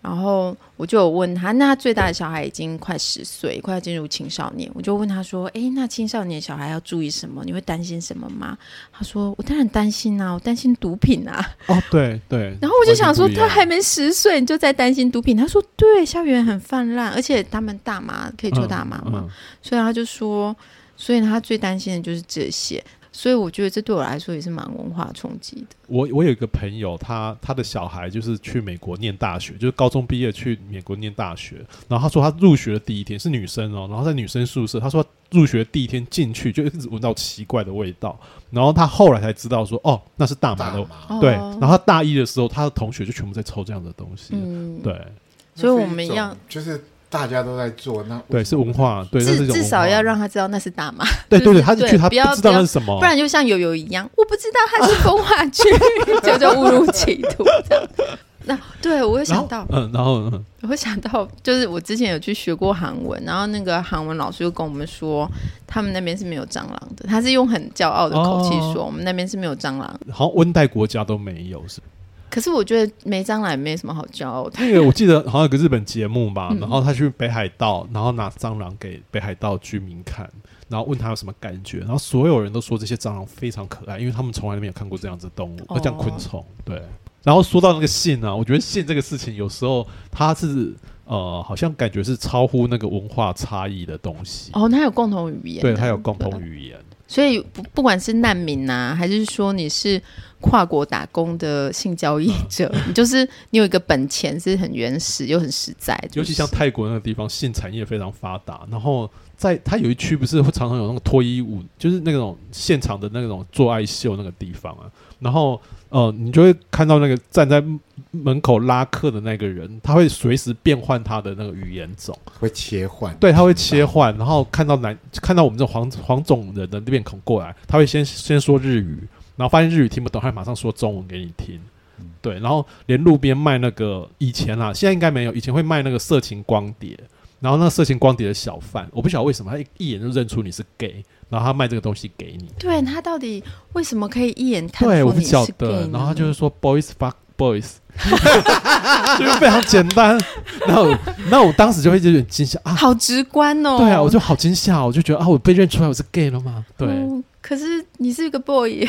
Speaker 4: 然后我就有问他，那他最大的小孩已经快十岁，快要进入青少年。我就问他说：“诶，那青少年小孩要注意什么？你会担心什么吗？”他说：“我当然担心啊，我担心毒品啊。”
Speaker 2: 哦，对对。
Speaker 4: 然后我就想说，
Speaker 2: 完全不一
Speaker 4: 他
Speaker 2: 样
Speaker 4: 还没十岁，你就在担心毒品？他说，对，校园很泛滥，而且他们大麻可以抽大麻嘛，
Speaker 2: 嗯
Speaker 4: 所以他就说，所以他最担心的就是这些。所以我觉得这对我来说也是蛮文化冲击的。
Speaker 2: 我我有一个朋友，他他的小孩就是去美国念大学，就是高中毕业去美国念大学。然后他说他入学的第一天是女生哦，然后在女生宿舍，他说入学第一天进去就一直闻到奇怪的味道，然后他后来才知道说哦那是大麻
Speaker 3: 大
Speaker 2: 的。
Speaker 3: 麻
Speaker 4: 哦
Speaker 2: 对，然后他大一的时候，他的同学就全部在抽这样的东西。
Speaker 4: 嗯，
Speaker 2: 对
Speaker 4: 所以我们要
Speaker 3: 就是大家都在做，那
Speaker 2: 对，是文化，对，那是
Speaker 4: 至
Speaker 2: 一种
Speaker 4: 至
Speaker 2: 文
Speaker 4: 少
Speaker 2: 化
Speaker 4: 要让他知道那是大麻，
Speaker 2: 对对
Speaker 4: 就
Speaker 2: 对，
Speaker 4: 是
Speaker 2: 他就去
Speaker 4: 对
Speaker 2: 他
Speaker 4: 不要
Speaker 2: 不知道
Speaker 4: 不要
Speaker 2: 那是什么，
Speaker 4: 不然就像友友一样，我不知道他是风化
Speaker 2: [LAUGHS]
Speaker 4: 区，就就误入歧途这 [LAUGHS] 样。那对我有
Speaker 2: 然
Speaker 4: 想
Speaker 2: 后
Speaker 4: 到，
Speaker 2: 嗯，然后嗯
Speaker 4: 我会想到，就是我之前有去学过韩文，然后那个韩文老师就跟我们说，他们那边是没有蟑螂的。他是用很骄傲的口气
Speaker 2: 哦
Speaker 4: 说，我们那边是没有蟑螂。
Speaker 2: 好像温带国家都没有是
Speaker 4: 可是我觉得没蟑螂也没什么好骄傲的。
Speaker 2: 那个我记得好像有个日本节目吧，
Speaker 4: 嗯
Speaker 2: 然后他去北海道，然后拿蟑螂给北海道居民看，然后问他有什么感觉，然后所有人都说这些蟑螂非常可爱，因为他们从来没有看过这样子的动物，
Speaker 4: 哦
Speaker 2: 呃这样昆虫。对，然后说到那个性啊，我觉得性这个事情有时候它是呃，好像感觉是超乎那个文化差异的东西，
Speaker 4: 哦，他有共同语言，
Speaker 2: 对，它有共
Speaker 4: 对
Speaker 2: 同
Speaker 4: 吧。
Speaker 2: 语言。
Speaker 4: 所以不不管是难民啊，还是说你是跨国打工的性交易
Speaker 2: 嗯
Speaker 4: 者，你就是你有一个本钱是很原始又很实在的，
Speaker 2: 尤其像
Speaker 4: 就是
Speaker 2: 泰国那个地方，性产业非常发达，然后呃在它有一区不是会常常有那种脱衣舞，就是那种现场的那种做爱秀那个地方啊。然后呃，你就会看到那个站在门口拉客的那个人，他会随时变换他的那个语言种，
Speaker 3: 会切换，
Speaker 2: 对，他会切换，然后看到男看到我们这种黄黄种人的面孔过来，他会先先说日语，然后发现日语听不懂，他马上说中文给你听
Speaker 3: 嗯。
Speaker 2: 对，然后连路边卖那个以前啦，现在应该没有，以前会卖那个色情光碟，然后那个色情光碟的小贩，我不晓得为什么他一一眼就认出你是 gay，然后他卖这个东西给你。
Speaker 4: 对他到底为什么可以一眼看
Speaker 2: 对，我
Speaker 4: 出
Speaker 2: 不
Speaker 4: 你
Speaker 2: 晓
Speaker 4: 是 gay？
Speaker 2: 得。
Speaker 4: 呢
Speaker 2: 然后他就是说 boys fuck boys，就是非常简单。然后，那我当时就会有点惊吓啊，
Speaker 4: 好直观哦。
Speaker 2: 对啊，我就好惊吓，我就觉得啊，我被认出来我是 gay 了吗？对，
Speaker 4: 嗯可是你是个 boy，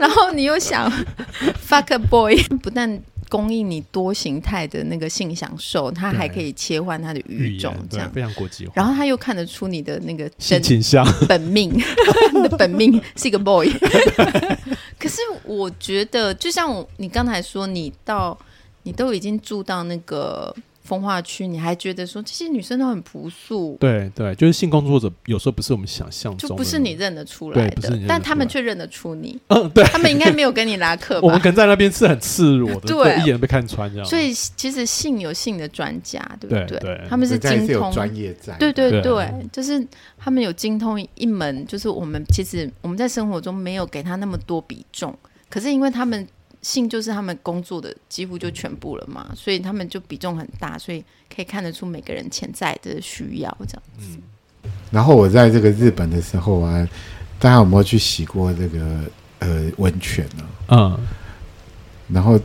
Speaker 4: 然后你又想 [LAUGHS] fuck a boy，不但供应你多形态的那个性享受，它还
Speaker 2: 对
Speaker 4: 可以切换它的
Speaker 2: 语
Speaker 4: 语种
Speaker 2: 言
Speaker 4: 这
Speaker 2: 对
Speaker 4: 样，
Speaker 2: 非常国际化。
Speaker 4: 然后他又看得出你的那个
Speaker 2: 性
Speaker 4: 真
Speaker 2: 倾向，
Speaker 4: 本命， [LAUGHS] 你的本命是一个 boy。可是我觉得，就像我你刚才说，你到你都已经住到那个风化区，你还觉得说这些女生都很朴素，
Speaker 2: 对对，就是性工作者有时候不是我们想象
Speaker 4: 就
Speaker 2: 中的，
Speaker 4: 不是你认得出来
Speaker 2: 对不是
Speaker 4: 的
Speaker 2: 你认得，
Speaker 4: 但他们
Speaker 2: 出
Speaker 4: 却认得出你。
Speaker 2: 嗯，对，
Speaker 4: 他们应该没有跟你
Speaker 2: [LAUGHS]
Speaker 4: 拉客
Speaker 2: 我们
Speaker 4: 吧
Speaker 2: 可？能在那边是很赤裸的，
Speaker 4: 对
Speaker 2: 一眼被看穿这样。
Speaker 4: 所以其实性有性的专家，对不
Speaker 2: 对对
Speaker 4: 他们
Speaker 3: 人家也
Speaker 4: 精
Speaker 3: 是有
Speaker 4: 通。
Speaker 3: 专业在，
Speaker 4: 对对
Speaker 2: 对
Speaker 4: 对，就是他们有精通一门，就是我们其实我们在生活中没有给他那么多比重，可是因为他们性就是他们工作的几乎就全部了嘛，所以他们就比重很大，所以可以看得出每个人潜在的需要这样。
Speaker 2: 嗯
Speaker 3: 然后我在这个日本的时候啊，大家有没有去洗过这个呃温泉呢、
Speaker 2: 嗯，
Speaker 3: 然后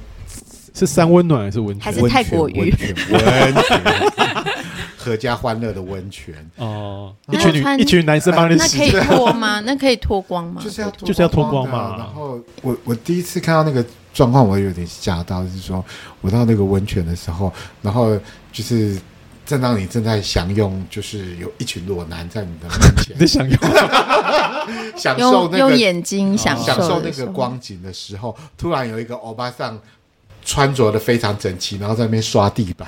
Speaker 2: 是三温暖还是温
Speaker 4: 还
Speaker 2: 泉
Speaker 4: 是？泰国
Speaker 3: 温
Speaker 4: 浴
Speaker 3: 泉，温泉，温泉 [LAUGHS] 合家欢乐的温泉，
Speaker 2: 哦，
Speaker 4: 那
Speaker 2: 一
Speaker 4: 要
Speaker 2: 群女
Speaker 4: 穿
Speaker 2: 一群男生帮你
Speaker 4: 那可
Speaker 2: 洗
Speaker 4: 以脱吗？那可以脱光吗？
Speaker 3: [LAUGHS] 就是要
Speaker 2: 就是要脱
Speaker 3: 光
Speaker 2: 光嘛
Speaker 3: 的啊然后我我第一次看到那个状况，我有点吓到，就是说我到那个温泉的时候，然后就是正当你正在享用，就是有一群裸男在你的面
Speaker 2: [LAUGHS] 你
Speaker 3: 前
Speaker 2: 想要
Speaker 3: 享受
Speaker 4: [LAUGHS] 用
Speaker 3: 那
Speaker 4: 用
Speaker 3: 个
Speaker 4: 眼睛享
Speaker 2: 哦
Speaker 4: 受
Speaker 3: 享受那
Speaker 4: 的时
Speaker 3: 个
Speaker 4: 候
Speaker 3: 光景的时候，突然有一个欧巴桑穿着的非常整齐，然后在那边刷
Speaker 4: [LAUGHS]
Speaker 3: 地板，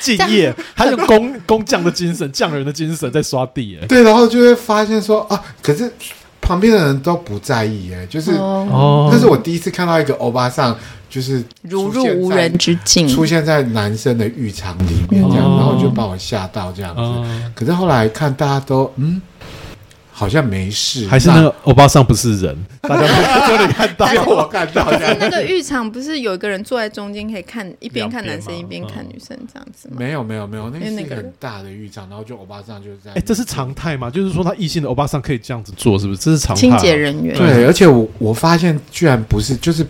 Speaker 2: 敬业， [LAUGHS] 他用工工匠的精神、匠人的精神在刷地耶。
Speaker 3: 对，然后就会发现说啊，可是旁边的人都不在意耶，就是。
Speaker 4: 哦，
Speaker 2: 哦
Speaker 3: 那是我第一次看到一个欧巴桑，就是
Speaker 4: 如
Speaker 3: 出
Speaker 4: 入
Speaker 3: 现
Speaker 4: 无
Speaker 3: 在
Speaker 4: 人之境。
Speaker 3: 出现在男生的浴场里面这样，
Speaker 2: 哦
Speaker 3: 然后就把我吓到这样子。
Speaker 4: 哦
Speaker 2: 嗯
Speaker 3: 可是后来看大家都嗯，好像没事，
Speaker 2: 还是那个欧巴桑不是 [LAUGHS] 人，大家都都得看到
Speaker 3: 那。只有我看到这样。
Speaker 4: 哎那个浴场不是有一个人坐在中间，可以看一边看男生一
Speaker 2: 两
Speaker 4: 边
Speaker 2: 边吗
Speaker 4: 看
Speaker 2: 嗯
Speaker 4: 女生这样子吗？
Speaker 3: 没有没有没有，那个
Speaker 4: 因
Speaker 3: 是
Speaker 4: 为
Speaker 3: 一
Speaker 4: 那
Speaker 3: 个
Speaker 4: 个
Speaker 3: 很大的浴场，然后就欧巴桑就是在那
Speaker 2: 哎，这是常态吗？就是说，他异性的欧巴桑可以这样子做，是不是？这是常态。
Speaker 4: 清洁，人员
Speaker 3: 对，而且我我发现居然不是，就是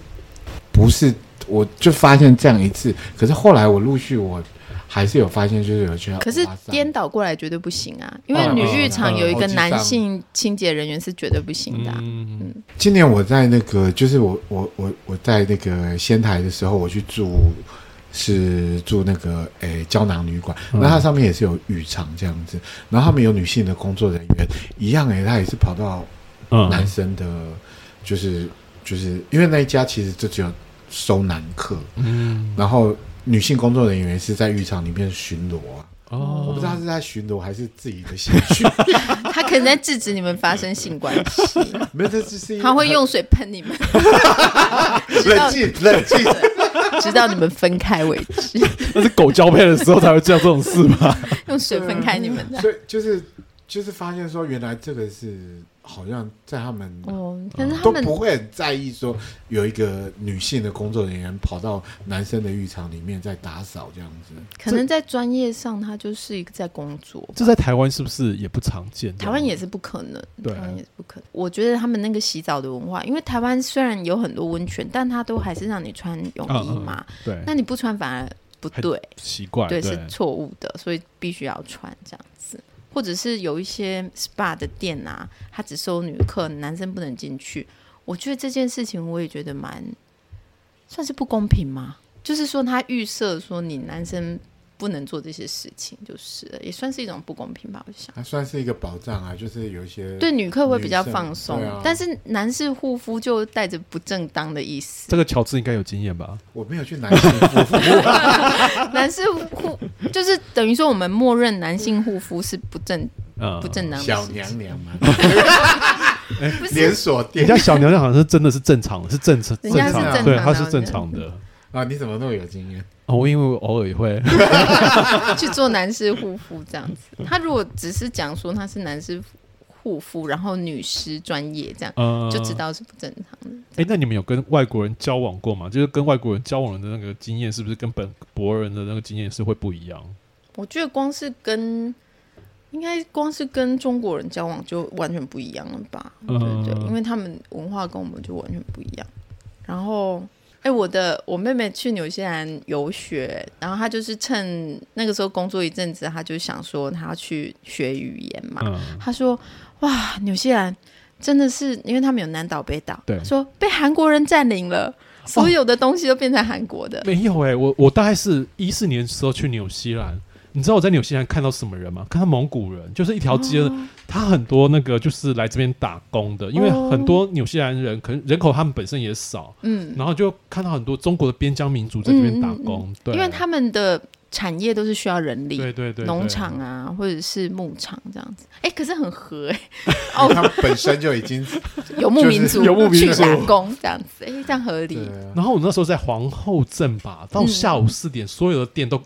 Speaker 3: 不是，我就发现这样一次。可是后来我陆续我还是有发现，就是有些
Speaker 4: 可是
Speaker 3: 欧巴桑
Speaker 4: 颠倒过来绝对不行啊，因
Speaker 3: 哦
Speaker 4: 为女
Speaker 3: 哦
Speaker 4: 浴场有一个
Speaker 3: 哦
Speaker 4: 男性清洁人员是绝对不行的啊、
Speaker 2: 嗯，
Speaker 3: 今年我在那个，就是我我我我在那个仙台的时候，我去住是住那个诶、胶囊旅馆，
Speaker 2: 嗯
Speaker 3: 那它上面也是有浴场这样子，然后他们有女性的工作人员，一样诶、他也是跑到男
Speaker 2: 嗯，
Speaker 3: 生的，就是就是因为那一家其实就只有收男客，
Speaker 2: 嗯，
Speaker 3: 然后女性工作人员是在浴场里面巡逻啊，
Speaker 2: 哦，
Speaker 4: 嗯
Speaker 3: 我不知道他是在巡逻还是自己的兴
Speaker 4: [LAUGHS]
Speaker 3: 趣，嗯
Speaker 4: 他可能在制止你们发生性关
Speaker 3: [LAUGHS]
Speaker 4: 系，
Speaker 3: 没有，这只是一个
Speaker 4: 他会用水喷你们，直
Speaker 3: 冷
Speaker 4: 到
Speaker 3: 静冷静。
Speaker 4: 直到你们分开为止，
Speaker 2: 那是狗交配的时候才会做这种事吧？ [LAUGHS]
Speaker 4: 用水分开你们的。
Speaker 3: 所以就是就是发现说，原来这个是好像在他们
Speaker 4: 哦，可是他
Speaker 3: 嗯都
Speaker 4: 们
Speaker 3: 不会很在意说有一个女性的工作人员跑到男生的浴场里面在打扫这样子。
Speaker 4: 可能在专业上，他就是一个在工作，
Speaker 2: 这在台湾是不是也不常见？
Speaker 4: 台湾也是不可能，
Speaker 2: 对
Speaker 4: 台湾也是不可能。我觉得他们那个洗澡的文化，因为台湾虽然有很多温泉，但它都还是让你穿泳衣嘛，
Speaker 2: 对，
Speaker 4: 那你不穿反而不对，
Speaker 2: 奇怪，
Speaker 4: 对
Speaker 2: 对，
Speaker 4: 是错误的，所以必须要穿这样子。或者是有一些 SPA 的店啊，它只收女客，男生不能进去。我觉得这件事情我也觉得蛮算是不公平嘛，就是说他预设说你男生不能做这些事情，就是了也算是一种不公平吧。我想，
Speaker 3: 它算是一个保障啊，就是有一些
Speaker 4: 对女客会比较
Speaker 3: 女生
Speaker 4: 放松，
Speaker 3: 对啊
Speaker 4: 但是男士护肤就带着不正当的意思。
Speaker 2: 这个乔治应该有经验吧？
Speaker 3: 我没有去男性护肤，
Speaker 4: 男士护 [LAUGHS] 就是等于说我们默认男性护肤是不正
Speaker 2: 嗯，
Speaker 4: 不正当的
Speaker 3: 小
Speaker 4: 事
Speaker 3: 娘
Speaker 4: 情，[LAUGHS]
Speaker 3: 娘嘛，
Speaker 4: 不是
Speaker 3: 连锁
Speaker 2: 人
Speaker 3: 店
Speaker 2: 家小娘娘好像是真的是正常的，是正常，
Speaker 4: 人家
Speaker 3: 是
Speaker 2: 常的，
Speaker 3: 正常的
Speaker 2: 对，
Speaker 4: 我
Speaker 2: 她是
Speaker 4: 觉得
Speaker 2: 正常的。
Speaker 3: 啊！你怎么那么有经验？
Speaker 2: 哦，因为我偶尔也
Speaker 4: [LAUGHS]
Speaker 2: 会，
Speaker 4: 去做男士护肤这样子。他如果只是讲说他是男士护肤，然后女师专业这样，
Speaker 2: 嗯，
Speaker 4: 就知。道是不正常的。
Speaker 2: 哎，那你们有跟外国人交往过吗？就是跟外国人交往的那个经验，是不是跟本国人的那个经验是会不一样？
Speaker 4: 我觉得光是跟应该光是跟中国人交往就完全不一样了吧？
Speaker 2: 嗯
Speaker 4: 对不对，因为他们文化跟我们就完全不一样。然后，哎，我的我妹妹去纽西兰游学，然后她就是趁那个时候工作一阵子，她就想说她要去学语言嘛。
Speaker 2: 嗯，
Speaker 4: 她说：“哇，纽西兰真的是，因为他们有南岛北岛，
Speaker 2: 对
Speaker 4: 她说被韩国人占领了，所有的东西都变成韩国的。
Speaker 2: 没有哎、我我大概是一四年的时候去纽西兰，你知道我在纽西兰看到什么人吗？看到蒙古人，就是一条街，
Speaker 4: 哦
Speaker 2: 他很多那个就是来这边打工的，因为
Speaker 4: 哦
Speaker 2: 很多纽西兰人可能人口他们本身也少，
Speaker 4: 嗯，
Speaker 2: 然后就看到很多中国的边疆民族在这边打工，对，
Speaker 4: 因为他们的产业都是需要人力，
Speaker 2: 对对对
Speaker 4: 农场啊，或者是牧场这样子。哎、可是很合哎、
Speaker 3: 哦，他们本身就已经
Speaker 4: 游牧民族，
Speaker 2: 就是游牧民族
Speaker 4: 去打工这样子，哎、这样合理
Speaker 3: 对。
Speaker 4: [LAUGHS]
Speaker 3: 啊，
Speaker 2: 然后我那时候在皇后镇吧，
Speaker 4: 嗯
Speaker 2: 到下午四点，所有的店都。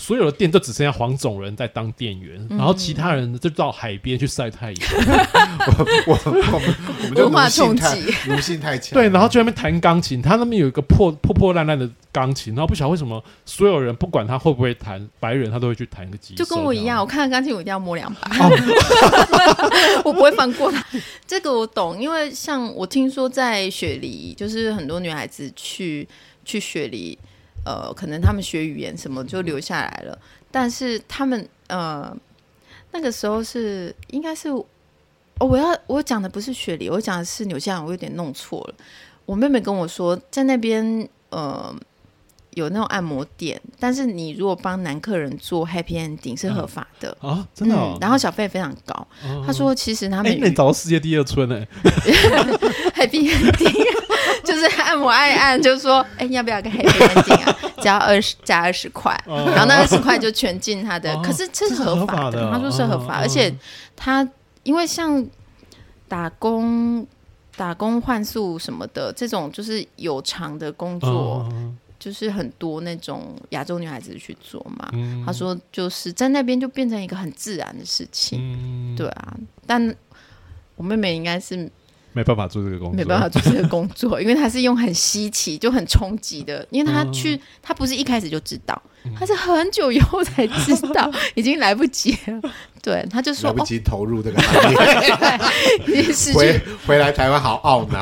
Speaker 2: 所有的店都只剩下黄种人在当店员，
Speaker 4: 嗯
Speaker 2: 然后其他人就到海边去晒太阳。
Speaker 3: 我我们我们就
Speaker 4: 文化
Speaker 3: 奴性太
Speaker 4: 冲击
Speaker 3: 奴性太强，
Speaker 2: 对，然后就在那边弹钢琴，他那边有一个破破破烂烂的钢琴，然后不晓得为什么所有人不管他会不会弹，白人他都会去弹个几
Speaker 4: 就
Speaker 2: 首这，
Speaker 4: 跟我一样，我看到钢琴我一定要摸两把， [LAUGHS] 我不会放过他。这个我懂，因为像我听说在雪梨，就是很多女孩子去去雪梨，呃，可能她们学语言什么就留下来了，但是她们呃那个时候是应该是哦，我要我讲的不是雪梨，我讲的是纽西兰，我有点弄错了。我妹妹跟我说，在那边呃有那种按摩店，但是你如果帮男客人做 happy ending 是合法的，
Speaker 2: 啊，真的哦、
Speaker 4: 嗯然后小费非常高。
Speaker 2: 哦
Speaker 4: 她说，其实他们
Speaker 2: 哎、那你找到世界第二春哎、
Speaker 4: [LAUGHS] happy ending [LAUGHS] 就是按摩按一按，就说哎、要不要个 happy ending 啊？ [LAUGHS] 加二十加二十块，
Speaker 2: 哦
Speaker 4: 然后那二十块就全进他的
Speaker 2: 哦，
Speaker 4: 可是这
Speaker 2: 这
Speaker 4: 是
Speaker 2: 是
Speaker 4: 合
Speaker 2: 合
Speaker 4: 法
Speaker 2: 法的
Speaker 4: 的，他说是合法，
Speaker 2: 哦
Speaker 4: 而且他因为像打工。打工换宿什么的，这种就是有偿的工作，
Speaker 2: 哦
Speaker 4: 就是很多那种亚洲女孩子去做嘛。
Speaker 2: 嗯
Speaker 4: 她说，就是在那边就变成一个很自然的事情，
Speaker 2: 嗯，
Speaker 4: 对，啊。但我妹妹应该是
Speaker 2: 没办法做这个工作，
Speaker 4: 没办法，做这个工作，因为他是用很稀奇、就很冲击的，因为他去，他不是一开始就知道，他是很久以后才知道，已经来不及了。对，他就说
Speaker 3: 来不
Speaker 4: 哦，
Speaker 3: 及投入这个行
Speaker 4: [LAUGHS]
Speaker 3: 业，
Speaker 4: 已经失
Speaker 3: 回
Speaker 4: 去。
Speaker 3: 回来台湾好懊恼，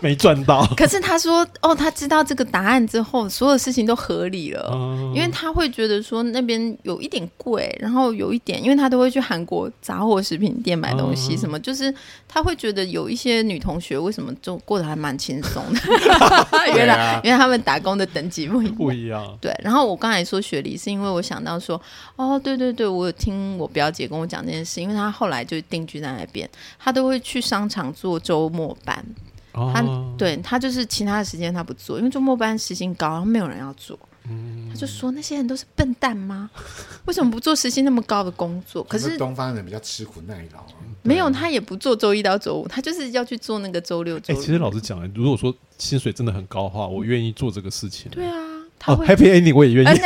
Speaker 2: 没
Speaker 4: [LAUGHS]
Speaker 2: 赚到。
Speaker 4: 可是他说哦，他知道这个答案之后，所有事情都合理了。
Speaker 2: 嗯
Speaker 4: 哦因为他会觉得说那边有一点贵，然后有一点，因为他都会去韩国杂货食品店买东西，
Speaker 2: 嗯
Speaker 4: 什么、就是他会觉得有一些女同学为什么就过得还蛮轻松
Speaker 2: [LAUGHS]
Speaker 4: 的，原来、
Speaker 3: 对啊
Speaker 4: 因为他们打工的等级不一样。
Speaker 2: 哦不一样，
Speaker 4: 对，然后我刚才说雪梨，是因为我想到说，哦，对对对，我有听我表姐跟我讲这件事，因为她后来就定居在那边，她都会去商场做周末班，
Speaker 2: 哦
Speaker 4: 他对他就是其他的时间他不做，因为周末班时薪高，然后没有人要做。
Speaker 2: 嗯
Speaker 4: 他就说那些人都是笨蛋吗？为什么不做时薪那么高的工作？ [LAUGHS] 可
Speaker 3: 我们
Speaker 4: 是
Speaker 3: 东方人比较吃苦耐劳啊，
Speaker 4: 没有，他也不做周一到周五，他就是要去做那个周六、周
Speaker 2: 哎、
Speaker 4: 日。
Speaker 2: 其实老实讲，如果说薪水真的很高的话，我愿意做这个事情。
Speaker 4: 对啊，他
Speaker 2: 哦
Speaker 4: 会、呃哎
Speaker 2: ，Happy Ending 我也愿意。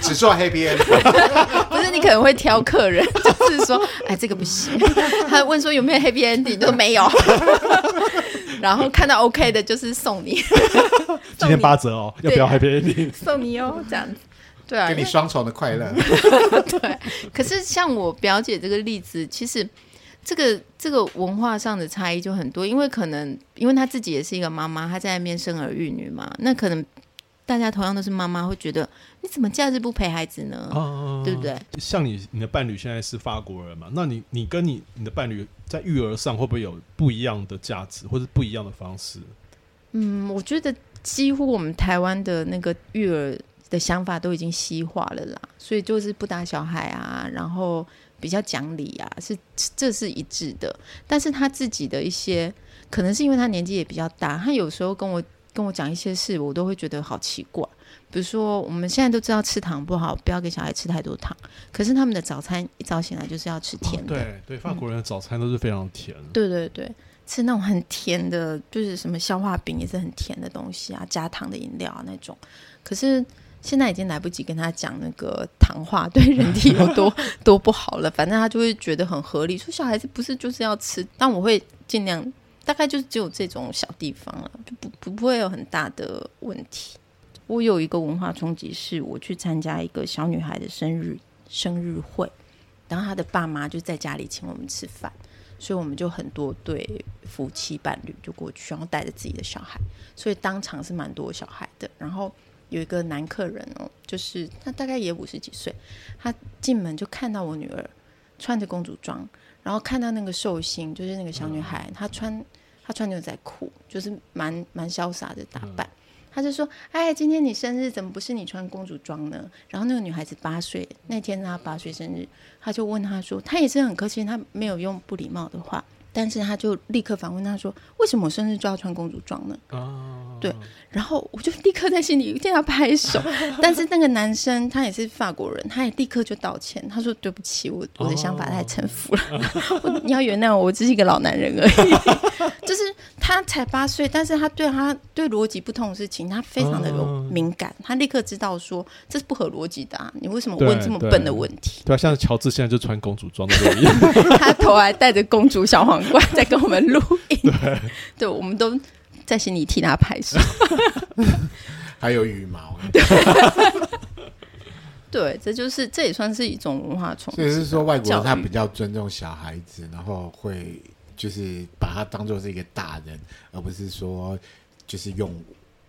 Speaker 3: 只做黑边，
Speaker 4: [LAUGHS] 不是你可能会挑客人， [LAUGHS] 就是说哎这个不行。 [LAUGHS] 他问说有没有 happy ending，都没有。 [LAUGHS] 然后看到 OK 的，就是送你 [LAUGHS]
Speaker 2: 今天八折哦，要不要
Speaker 4: 对
Speaker 2: Happy Ending？
Speaker 4: 送你哦，这样子。对啊，
Speaker 3: 给你双重的快
Speaker 4: [LAUGHS]
Speaker 3: 乐。
Speaker 4: 可是像我表姐这个例子，其实这个这个文化上的差异就很多，因为可能因为她自己也是一个妈妈，她在那边生儿育女嘛，那可能大家同样都是妈妈，会觉得你怎么假日不陪孩子呢？
Speaker 2: 啊
Speaker 4: 对不对？
Speaker 2: 像你你的伴侣现在是法国人嘛？那你你跟你你的伴侣在育儿上会不会有不一样的价值，或者不一样的方式？
Speaker 4: 嗯，我觉得几乎我们台湾的那个育儿的想法都已经西化了啦，所以就是不打小孩啊，然后比较讲理啊，是这是一致的。但是他自己的一些，可能是因为他年纪也比较大，他有时候跟我跟我讲一些事，我都会觉得好奇怪。比如说，我们现在都知道吃糖不好，不要给小孩吃太多糖，可是他们的早餐一早醒来就是要吃甜的，
Speaker 2: 哦
Speaker 4: 嗯
Speaker 2: 对对，法国人的早餐都是非常甜。
Speaker 4: 对对对，吃那种很甜的，就是什么消化饼也是很甜的东西啊，加糖的饮料啊那种。可是现在已经来不及跟他讲那个糖化对人体有多多不好了，反正他就会觉得很合理，说小孩子不是就是要吃，但我会尽量，大概就是只有这种小地方了，就不不不会有很大的问题。我有一个文化冲击，是我去参加一个小女孩的生日生日会，然后她的爸妈就在家里请我们吃饭。所以我们就很多对夫妻伴侣就过去，然后带着自己的小孩，所以当场是蛮多小孩的。然后有一个男客人哦，就是他大概也五十几岁，他进门就看到我女儿穿着公主装，然后看到那个寿星，就是那个小女孩，她穿她穿牛仔裤，就是蛮蛮潇洒的打扮。他就说：“哎，今天你生日怎么不是你穿公主装呢？”然后那个女孩子八岁，那天她八岁生日，他就问她说：“她也是很客气，她没有用不礼貌的话，但是她就立刻反问她说：‘为什么我生日就要穿公主装呢？’
Speaker 2: 啊，
Speaker 4: 对然后我就立刻在心里替他拍手。 [LAUGHS] 但是那个男生他也是法国人，他也立刻就道歉，他说：‘对不起，我我的想法太城府了，
Speaker 2: 哦
Speaker 4: [LAUGHS] 我你要原谅我，我只是一个老男人而已。’ [LAUGHS] 就是他才八岁，但是他对他对逻辑不通的事情，他非常的有
Speaker 2: 哦
Speaker 4: 敏感，他立刻知道说这是不合逻辑的、啊，你为什么
Speaker 2: 对
Speaker 4: 问这么
Speaker 2: 对
Speaker 4: 笨的问题？”
Speaker 2: 对啊，像乔治现在就穿公主装的
Speaker 4: [LAUGHS]
Speaker 2: 一样，
Speaker 3: [LAUGHS]
Speaker 4: 他头还戴着公主小皇冠在跟我们录音， [LAUGHS] 对，我们都在心里替他拍
Speaker 3: [LAUGHS]
Speaker 4: 手。
Speaker 3: 还有羽毛，啊
Speaker 4: [LAUGHS] 对，这就是这也算是一种文化冲击
Speaker 3: 所以
Speaker 4: 吧。
Speaker 3: 是说外国人他
Speaker 4: 教育
Speaker 3: 比较尊重小孩子，然后会就是把他当做是一个大人，而不是说就是用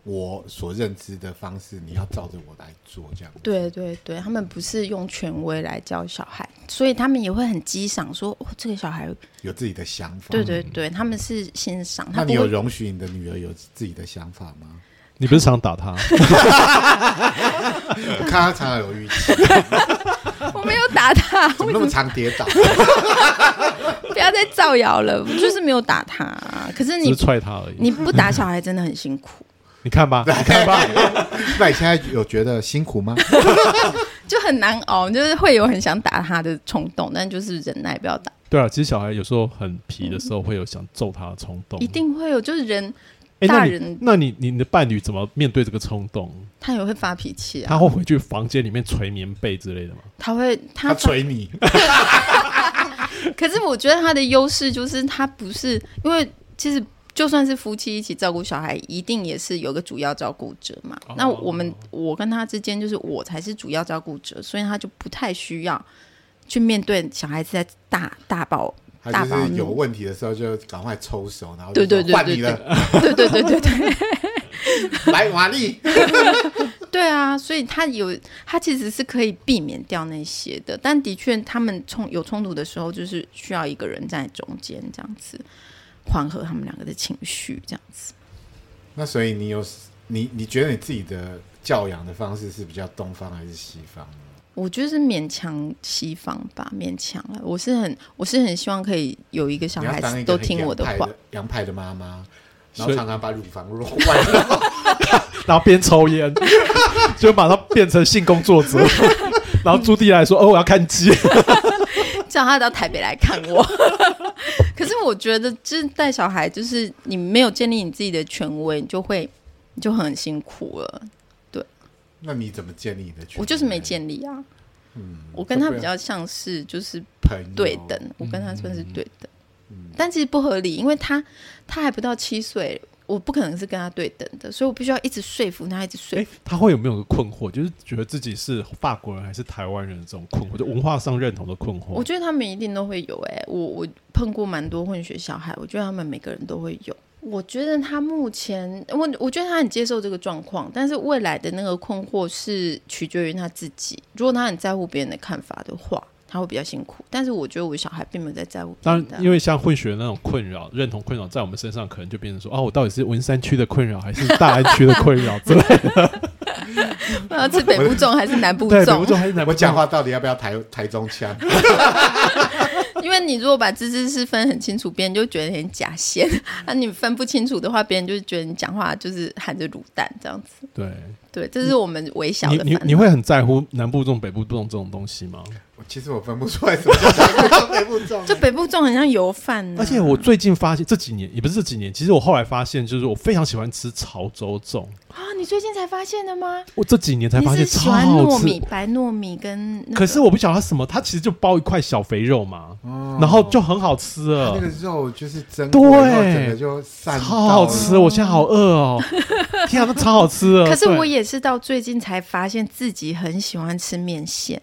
Speaker 3: 我所认知的方式，你要照着我来做这样子。
Speaker 4: 对对对，他们不是用权威来教小孩，所以他们也会很激赏说，哦，这个小孩，
Speaker 3: 有自己的想法。
Speaker 4: 对对对，他们是欣赏，
Speaker 3: 那
Speaker 4: 他
Speaker 3: 你
Speaker 4: 不
Speaker 3: 有
Speaker 4: 会。
Speaker 3: 容许你的女儿有自己的想法吗？
Speaker 2: 你不是常
Speaker 4: [LAUGHS]
Speaker 2: 打他？
Speaker 3: 我看她常常有
Speaker 4: [LAUGHS]
Speaker 3: 预期，
Speaker 4: 我没有打他，
Speaker 3: 怎么那么常跌倒？
Speaker 4: 不要再造谣了，我就是没有打他。可是
Speaker 3: [LAUGHS]
Speaker 2: 只是
Speaker 4: 你
Speaker 2: 踹他而已。
Speaker 4: 你不打小孩真的很辛苦，
Speaker 2: 你看吧，你看吧，
Speaker 3: [LAUGHS] 那你现在有觉得辛苦吗？
Speaker 4: 就很难熬，就是会有很想打他的冲动，但就是忍耐，不要打。
Speaker 2: 对啊，其实小孩有时候很皮的时候，会有想揍他的冲动。
Speaker 4: 一定会有，就是人
Speaker 2: 诶
Speaker 4: 大
Speaker 2: 那你
Speaker 4: 人
Speaker 2: 那你你的伴侣怎么面对这个冲动？
Speaker 4: 他也会发脾气啊，
Speaker 2: 他会回去房间里面捶棉被之类的吗？
Speaker 4: 他会他
Speaker 3: 她捶 [LAUGHS] 你，
Speaker 4: 可是我觉得他的优势就是他不是因为其实。就算是夫妻一起照顾小孩，一定也是有个主要照顾者嘛。
Speaker 2: 哦
Speaker 4: 那我们我跟他之间，就是我才是主要照顾者，所以他就不太需要去面对小孩子在大大爆。 [LAUGHS]
Speaker 3: 她就是有问题的时候就赶快抽手，然后就
Speaker 4: 对对
Speaker 3: 说
Speaker 4: 对
Speaker 3: 换
Speaker 4: 对
Speaker 3: 你
Speaker 4: 对
Speaker 3: 了，
Speaker 4: 对对对对对
Speaker 3: 来玛丽。
Speaker 4: 对啊！所以他有他其实是可以避免掉那些的，但的确他们冲有冲突的时候，就是需要一个人在中间这样子缓和他们两个的情绪，这样子。
Speaker 3: 那所以你有你你觉得你自己的教养的方式是比较东方还是西方？
Speaker 4: 我觉得是勉强西方吧，勉强了。我是很，我是很希望可以有一个小
Speaker 3: 你要
Speaker 4: 孩
Speaker 3: 当
Speaker 4: 子
Speaker 3: 一个
Speaker 4: 都
Speaker 3: 很
Speaker 4: 听我的
Speaker 3: 洋派
Speaker 4: 话。
Speaker 3: 洋派的妈妈，然
Speaker 2: 所
Speaker 3: 后
Speaker 2: 以
Speaker 3: 常常把乳房露外，
Speaker 2: 然后边抽烟， [LAUGHS] 就马上变成性工作者。 [LAUGHS] 然后朱棣来说：“哦，我要看鸡。 [LAUGHS]
Speaker 4: 叫他到台北来看我。 [LAUGHS] 可是我觉得，就是带小孩，就是你没有建立你自己的权威，你就会你就很辛苦了。
Speaker 3: [LAUGHS] 那你怎么建立你的权威？
Speaker 4: 我就是没建立啊，
Speaker 3: 嗯，
Speaker 4: 我跟他
Speaker 3: 会不会
Speaker 4: 比较像是就是
Speaker 3: 朋友
Speaker 4: 对等，，我跟他
Speaker 2: 嗯
Speaker 4: 算是对等，
Speaker 3: 嗯
Speaker 4: 但其实不合理，因为他他还不到七岁，我不可能是跟他对等的，所以我必须要一直说服他，一直说服
Speaker 2: 诶，他会有没有个困惑，就是觉得自己是法国人还是台湾人的这种困惑，就文化上认同的困惑
Speaker 4: 我。觉得他们一定都会有哎、我我碰过蛮多混血小孩，我觉得他们每个人都会有。我觉得他目前，我我觉得他很接受这个状况，但是未来的那个困惑是取决于他自己。如果他很在乎别人的看法的话，他会比较辛苦。但是我觉得我的小孩并没有在在乎别
Speaker 2: 当
Speaker 4: 人的
Speaker 2: 然，因为像混血的那种困扰、认同困扰，在我们身上哦
Speaker 4: [LAUGHS]
Speaker 2: 可能就变成说：啊，我到底是文山区的困扰，还是大安区的困扰之类的。
Speaker 4: 我要吃北部粽呃还是南部
Speaker 2: [LAUGHS] 对，北部
Speaker 4: 粽？
Speaker 2: 粽还是南部
Speaker 3: 我
Speaker 2: 粽
Speaker 3: 讲话到底要不要台台中腔？
Speaker 4: 因为你如果把芝芝是分很清楚，别人就觉得你很假线；
Speaker 2: [LAUGHS]
Speaker 4: 那、你分不清楚的话，别人就觉得你讲话就是含着卤蛋这样子。
Speaker 2: 对，
Speaker 4: 对，这是我们微小
Speaker 2: 你
Speaker 4: 的
Speaker 2: 你
Speaker 4: 烦
Speaker 2: 你
Speaker 4: 恼。
Speaker 2: 会很在乎南部粽、北部粽这种东西吗？
Speaker 4: 嗯
Speaker 3: 我其实我分不出来什么叫台中中北部
Speaker 2: [LAUGHS]
Speaker 3: 中。
Speaker 4: 就北部粽很像油饭、啊，
Speaker 2: 而且我最近发现这几年也不是这几年，其实我后来发现，就是我非常喜欢吃潮州粽。
Speaker 4: 啊，你最近才发现的吗？
Speaker 2: 我这几年才
Speaker 4: 你
Speaker 2: 发现
Speaker 4: 是喜
Speaker 2: 超
Speaker 4: 欢糯
Speaker 2: 好
Speaker 4: 米
Speaker 2: 吃。
Speaker 4: 白糯米跟、那个
Speaker 2: 可是我不晓得它什么，它其实就包一块小肥肉嘛，然后就很好吃了
Speaker 3: 哦那，个肉就是蒸
Speaker 2: 对
Speaker 3: 过，然后整个就散到了，
Speaker 2: 超好吃！我现在好饿
Speaker 3: [LAUGHS]
Speaker 2: 哦，天啊，那超好吃了。
Speaker 4: 可是
Speaker 2: 对
Speaker 4: 我也是到最近才发现自己很喜欢吃面线，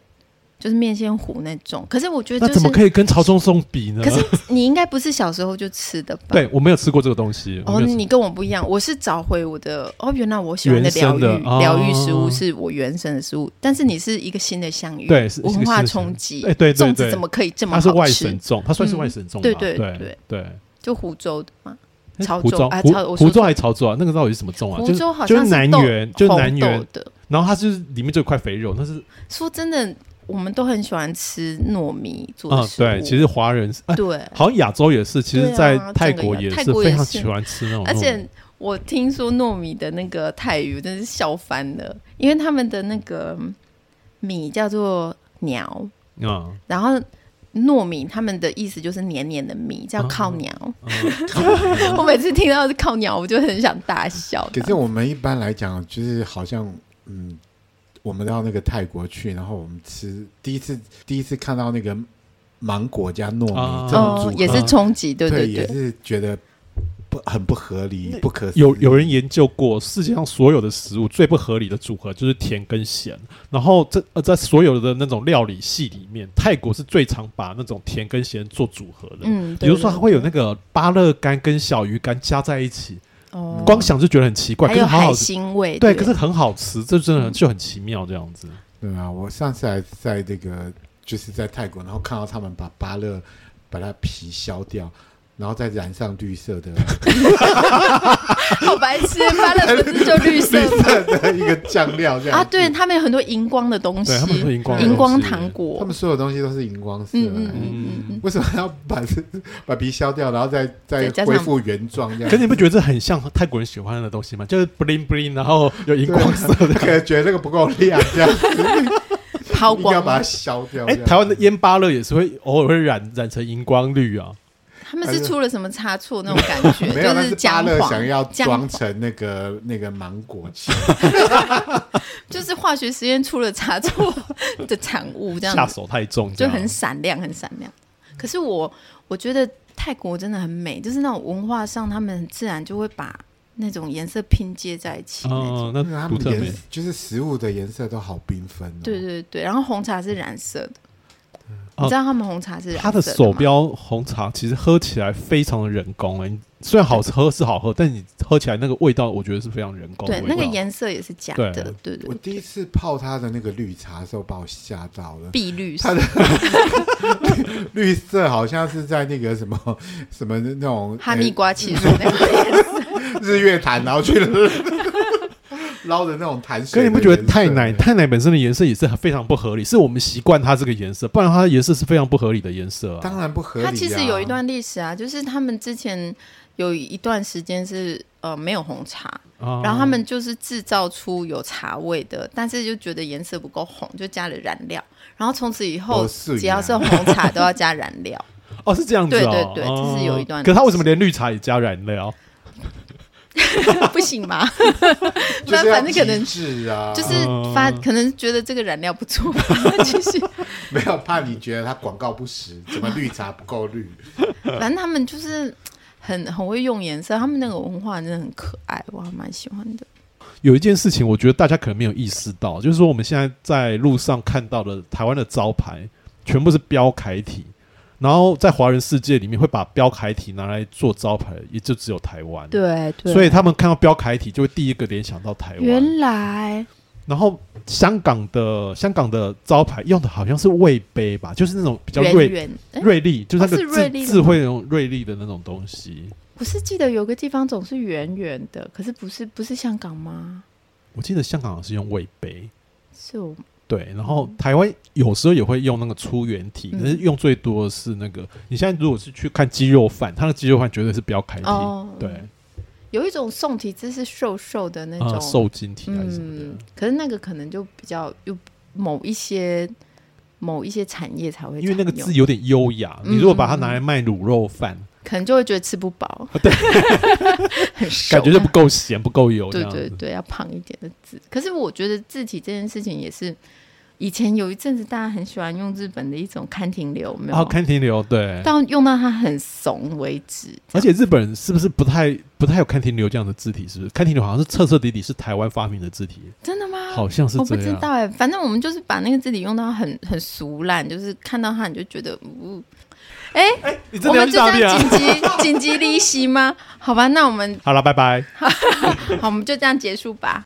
Speaker 4: 就是面线糊那种。可是我觉得
Speaker 2: 那
Speaker 4: 就是，
Speaker 2: 怎么可以跟潮州粽比呢？
Speaker 4: 可是你应该不是小时候就吃的吧？
Speaker 2: 对我没有吃过这个东西。我
Speaker 4: 哦，
Speaker 2: 没有吃
Speaker 4: 你跟我不一样，我是找回我的哦，原来我喜欢的
Speaker 2: 原
Speaker 4: 疗
Speaker 2: 生
Speaker 4: 愈
Speaker 2: 的哦
Speaker 4: 疗愈食物是我原生的食物，但是你是一个新的相遇，
Speaker 2: 对是
Speaker 4: 文化
Speaker 2: 是是
Speaker 4: 冲击，
Speaker 2: 哎对对
Speaker 4: 粽子
Speaker 2: 对
Speaker 4: 怎么可以这么
Speaker 2: 它是
Speaker 4: 好
Speaker 2: 外
Speaker 4: 吃
Speaker 2: 省？粽，它算是
Speaker 4: 嗯
Speaker 2: 外省粽吧。
Speaker 4: 对对
Speaker 2: 对
Speaker 4: 对
Speaker 2: 对。
Speaker 4: 就湖州的嘛，
Speaker 2: 哎
Speaker 4: 潮
Speaker 2: 湖
Speaker 4: 州
Speaker 2: 州
Speaker 4: 啊
Speaker 2: 湖
Speaker 4: 潮我说
Speaker 2: 湖州
Speaker 4: 错
Speaker 2: 还是潮州啊？那个到底是什么粽啊？
Speaker 4: 湖
Speaker 2: 就是
Speaker 4: 州好
Speaker 2: 就
Speaker 4: 像
Speaker 2: 是南
Speaker 4: 豆
Speaker 2: 园，就是
Speaker 4: 红
Speaker 2: 南
Speaker 4: 豆
Speaker 2: 园，
Speaker 4: 的。
Speaker 2: 然后它就是里面就有一块肥肉，但是
Speaker 4: 说真的，我们都很喜欢吃糯米做的
Speaker 2: 嗯，
Speaker 4: 食物，
Speaker 2: 对，其实华人是，哎
Speaker 4: 对，
Speaker 2: 好像亚洲也是，其实，
Speaker 4: 对啊
Speaker 2: 在
Speaker 4: 整个
Speaker 2: 泰国
Speaker 4: 亚
Speaker 2: 也
Speaker 4: 泰
Speaker 2: 是
Speaker 4: 国
Speaker 2: 非
Speaker 4: 也
Speaker 2: 常
Speaker 4: 是
Speaker 2: 喜欢吃那种糯米，
Speaker 4: 而且我听说糯米的那个泰语真是笑翻了，因为他们的那个米叫做鸟，
Speaker 2: 嗯，
Speaker 4: 然后糯米他们的意思就是黏黏的米，
Speaker 3: 啊
Speaker 4: 叫靠鸟。
Speaker 2: 嗯
Speaker 4: 我每次听到是靠鸟，我就很想大笑。哦
Speaker 3: 可是我们一般来讲，就是好像嗯，我们到那个泰国去，然后我们吃第一次第一次看到那个芒果加糯
Speaker 2: 啊
Speaker 3: 米这种组
Speaker 4: 哦
Speaker 3: 合，，
Speaker 4: 也是冲击，对
Speaker 3: 对，也
Speaker 4: 对，
Speaker 3: 是觉得不很不合理，不可思议
Speaker 2: [LAUGHS] 有有人研究过，世界上所有的食物最不合理的组合就是甜跟咸。然后这呃，在所有的那种料理系里面，泰国是最常把那种甜跟咸做组合的。
Speaker 4: 嗯，
Speaker 2: 比
Speaker 4: 对
Speaker 2: 如说，它会有那
Speaker 4: 对
Speaker 2: 个芭乐干跟小鱼干加在一起，
Speaker 4: 哦
Speaker 2: 光想就觉得很奇怪，
Speaker 4: 还
Speaker 2: 可是
Speaker 4: 有
Speaker 2: 好
Speaker 4: 海
Speaker 2: 好吃。
Speaker 4: 腥味，
Speaker 2: 对，可是很好吃，这真
Speaker 4: 嗯
Speaker 2: 的就很奇妙这样子。
Speaker 3: 对啊，我上次还在这个就是在泰国，然后看到他们把芭乐把它皮削掉，然后再染上绿色的
Speaker 4: 好白痴，发了不是就绿
Speaker 3: [LAUGHS]
Speaker 4: 色
Speaker 3: 绿
Speaker 4: 吗
Speaker 3: 色的一个酱料这样
Speaker 4: 啊？
Speaker 3: 子
Speaker 4: 对，他们有很多荧光的东西，
Speaker 2: 对他们说荧光的
Speaker 4: 荧光
Speaker 2: 东西
Speaker 4: 糖果
Speaker 3: 他，们所有东西都是荧光色、
Speaker 4: 嗯嗯
Speaker 3: 哎
Speaker 4: 嗯嗯嗯，
Speaker 3: 为什么要把 [LAUGHS] 这把皮削掉，然后再再
Speaker 4: 再加上
Speaker 3: 恢复原状这样
Speaker 4: 啊
Speaker 2: 可
Speaker 3: 子？
Speaker 2: 是你不觉得这很像泰国人喜欢的东西吗？就是 bling bling，然后有
Speaker 4: 啊
Speaker 2: 荧光色
Speaker 4: [LAUGHS]
Speaker 3: [LAUGHS]
Speaker 2: 的。
Speaker 3: 可能觉得那个不够亮，这样子
Speaker 4: 抛
Speaker 3: 应该要
Speaker 4: 光
Speaker 3: 把它削掉。这
Speaker 2: 哎、
Speaker 3: 样子
Speaker 2: 台湾的烟巴乐也是会偶尔会染染成荧光绿啊。
Speaker 4: 他们是出了什么差错那种感觉，
Speaker 3: 没有，
Speaker 4: 就
Speaker 3: 那是芭
Speaker 4: 姜
Speaker 3: 乐
Speaker 4: 黄，
Speaker 3: 想要
Speaker 4: 姜
Speaker 3: 装成那个那个芒果酱，
Speaker 2: [LAUGHS]
Speaker 4: 就是化学实验出了差错的产物，这
Speaker 2: 下
Speaker 4: 样子
Speaker 2: 手太重这
Speaker 4: 就
Speaker 2: 样，
Speaker 4: 很闪亮，很闪亮。可是我我觉得泰国真的很美，就是那种文化上，他们很自然就会把那种颜色拼接在一起那种。
Speaker 2: 哦，
Speaker 3: 因为
Speaker 2: 那
Speaker 3: 他
Speaker 2: 独
Speaker 3: 们
Speaker 2: 特美
Speaker 3: 颜。就是食物的颜色都好缤纷、哦。
Speaker 4: 对对对，然后红茶是染色的，
Speaker 2: 哦
Speaker 4: 你知道他们红茶是染色
Speaker 2: 它的
Speaker 4: 吗
Speaker 2: 手标红茶其实喝起来非常的人工哎、虽然好喝是好喝，但你喝起来那个味道，我觉得是非常人工的
Speaker 4: 对
Speaker 2: 味道。
Speaker 4: 那个颜色也是假的，对对
Speaker 3: 我
Speaker 4: 对，
Speaker 3: 第一次泡它的那个绿茶的时候，把我吓到了。
Speaker 4: 碧绿色
Speaker 2: [LAUGHS]
Speaker 3: 它的绿色好像是在那个什么什么那种
Speaker 4: 哈密
Speaker 3: 呃
Speaker 4: 瓜汽水那
Speaker 3: [LAUGHS]
Speaker 4: 个颜色，
Speaker 3: 日月潭，然后去捞的那种潭
Speaker 2: 可
Speaker 3: 水。
Speaker 2: 你不觉得太奶
Speaker 3: 难？
Speaker 2: 太奶本身的颜色也是非常不合理？是我们习惯它这个颜色，不然它的颜色是非常不合理的颜色啊。
Speaker 3: 当然不合理、啊。
Speaker 4: 它其实有一段历史啊，就是他们之前有一段时间是呃没有红茶，
Speaker 2: 啊
Speaker 4: 然后他们就是制造出有茶味的，但是就觉得颜色不够红，就加了染料，然后从此以后
Speaker 3: 不是啊
Speaker 4: 只要是红茶都要加染 [LAUGHS] 料，
Speaker 2: 哦是这样子哦，
Speaker 4: 对对对
Speaker 2: 哦
Speaker 4: 这是有一段
Speaker 2: 可他为什么连绿茶也加啊染料？
Speaker 4: 不行
Speaker 2: [LAUGHS]
Speaker 4: 吗？
Speaker 3: 就
Speaker 4: 那
Speaker 3: 是要
Speaker 4: 反正可能
Speaker 3: 极致啊，
Speaker 4: 就是发可能觉得这个染料不错，
Speaker 2: [LAUGHS]
Speaker 4: 继续。
Speaker 3: 没有怕你觉得它广告不实，怎么绿茶不够绿？
Speaker 4: 反正他们就是很很会用颜色，他们那个文化真的很可爱，我还蛮喜欢的。
Speaker 2: 有一件事情，我觉得大家可能没有意识到，就是说我们现在在路上看到的台湾的招牌，全部是标楷体，然后在华人世界里面会把标楷体拿来做招牌，也就只有台湾。，
Speaker 4: 对对
Speaker 2: 所以他们看到标楷体就会第一个联想到台湾。
Speaker 4: 原来
Speaker 2: 然后香港的香港的招牌用的好像是魏碑吧，就是那种比较
Speaker 4: 圆
Speaker 2: 锐
Speaker 4: 圆，哎，
Speaker 2: 锐利，就是那
Speaker 4: 哦是
Speaker 2: 个智、
Speaker 4: 锐利的吗
Speaker 2: 智慧那种锐利的那种东西。
Speaker 4: 我是记得有个地方总是圆圆的，可是不是不是香港吗？
Speaker 2: 我记得香港是用味杯，
Speaker 4: 是我
Speaker 2: 对，然后台湾有时候也会用那个粗原体，
Speaker 4: 嗯
Speaker 2: 可是用最多的是那个。你现在如果是去看鸡肉饭，它的鸡肉饭绝对是不要开体，
Speaker 4: 哦，
Speaker 2: 对，
Speaker 4: 有一种宋体字是瘦瘦的那
Speaker 2: 啊，
Speaker 4: 种，
Speaker 2: 瘦筋体还是什么的。
Speaker 4: 嗯，可是那个可能就比较又某一些某一些产业才会常用，
Speaker 2: 因为那个字有点优雅，
Speaker 4: 嗯
Speaker 2: 你如果把它拿来卖卤肉饭，
Speaker 4: 可能就会觉得吃不饱，
Speaker 2: 啊对，
Speaker 4: 很瘦
Speaker 2: 感觉就不够咸，不够油这
Speaker 4: 对
Speaker 2: 样
Speaker 4: 对
Speaker 2: 子。
Speaker 4: 对，要胖一点的字。可是我觉得字体这件事情也是，以前有一阵子大家很喜欢用日本的一种刊亭流，有没有？
Speaker 2: 然后啊看停留，对，
Speaker 4: 到用到它很怂为止。
Speaker 2: 而且日本人是不是不太不太有看停留这样的字体？是不是看停留好像是彻彻底底是台湾发明的字体，
Speaker 4: 真的吗？
Speaker 2: 好像是
Speaker 4: 啊我
Speaker 2: 这
Speaker 4: 不知
Speaker 2: 样。
Speaker 4: 道哎、反正我们就是把那个字体用到很很俗烂，就是看到它你就觉得，呜、哎、
Speaker 2: 你
Speaker 4: 我
Speaker 2: 真的要
Speaker 4: 们就这
Speaker 2: 去大便
Speaker 4: 样
Speaker 2: 啊？
Speaker 4: 紧急紧急离席吗？好吧，那我们
Speaker 2: 好了，拜拜。
Speaker 4: 好，我们就这样结束吧。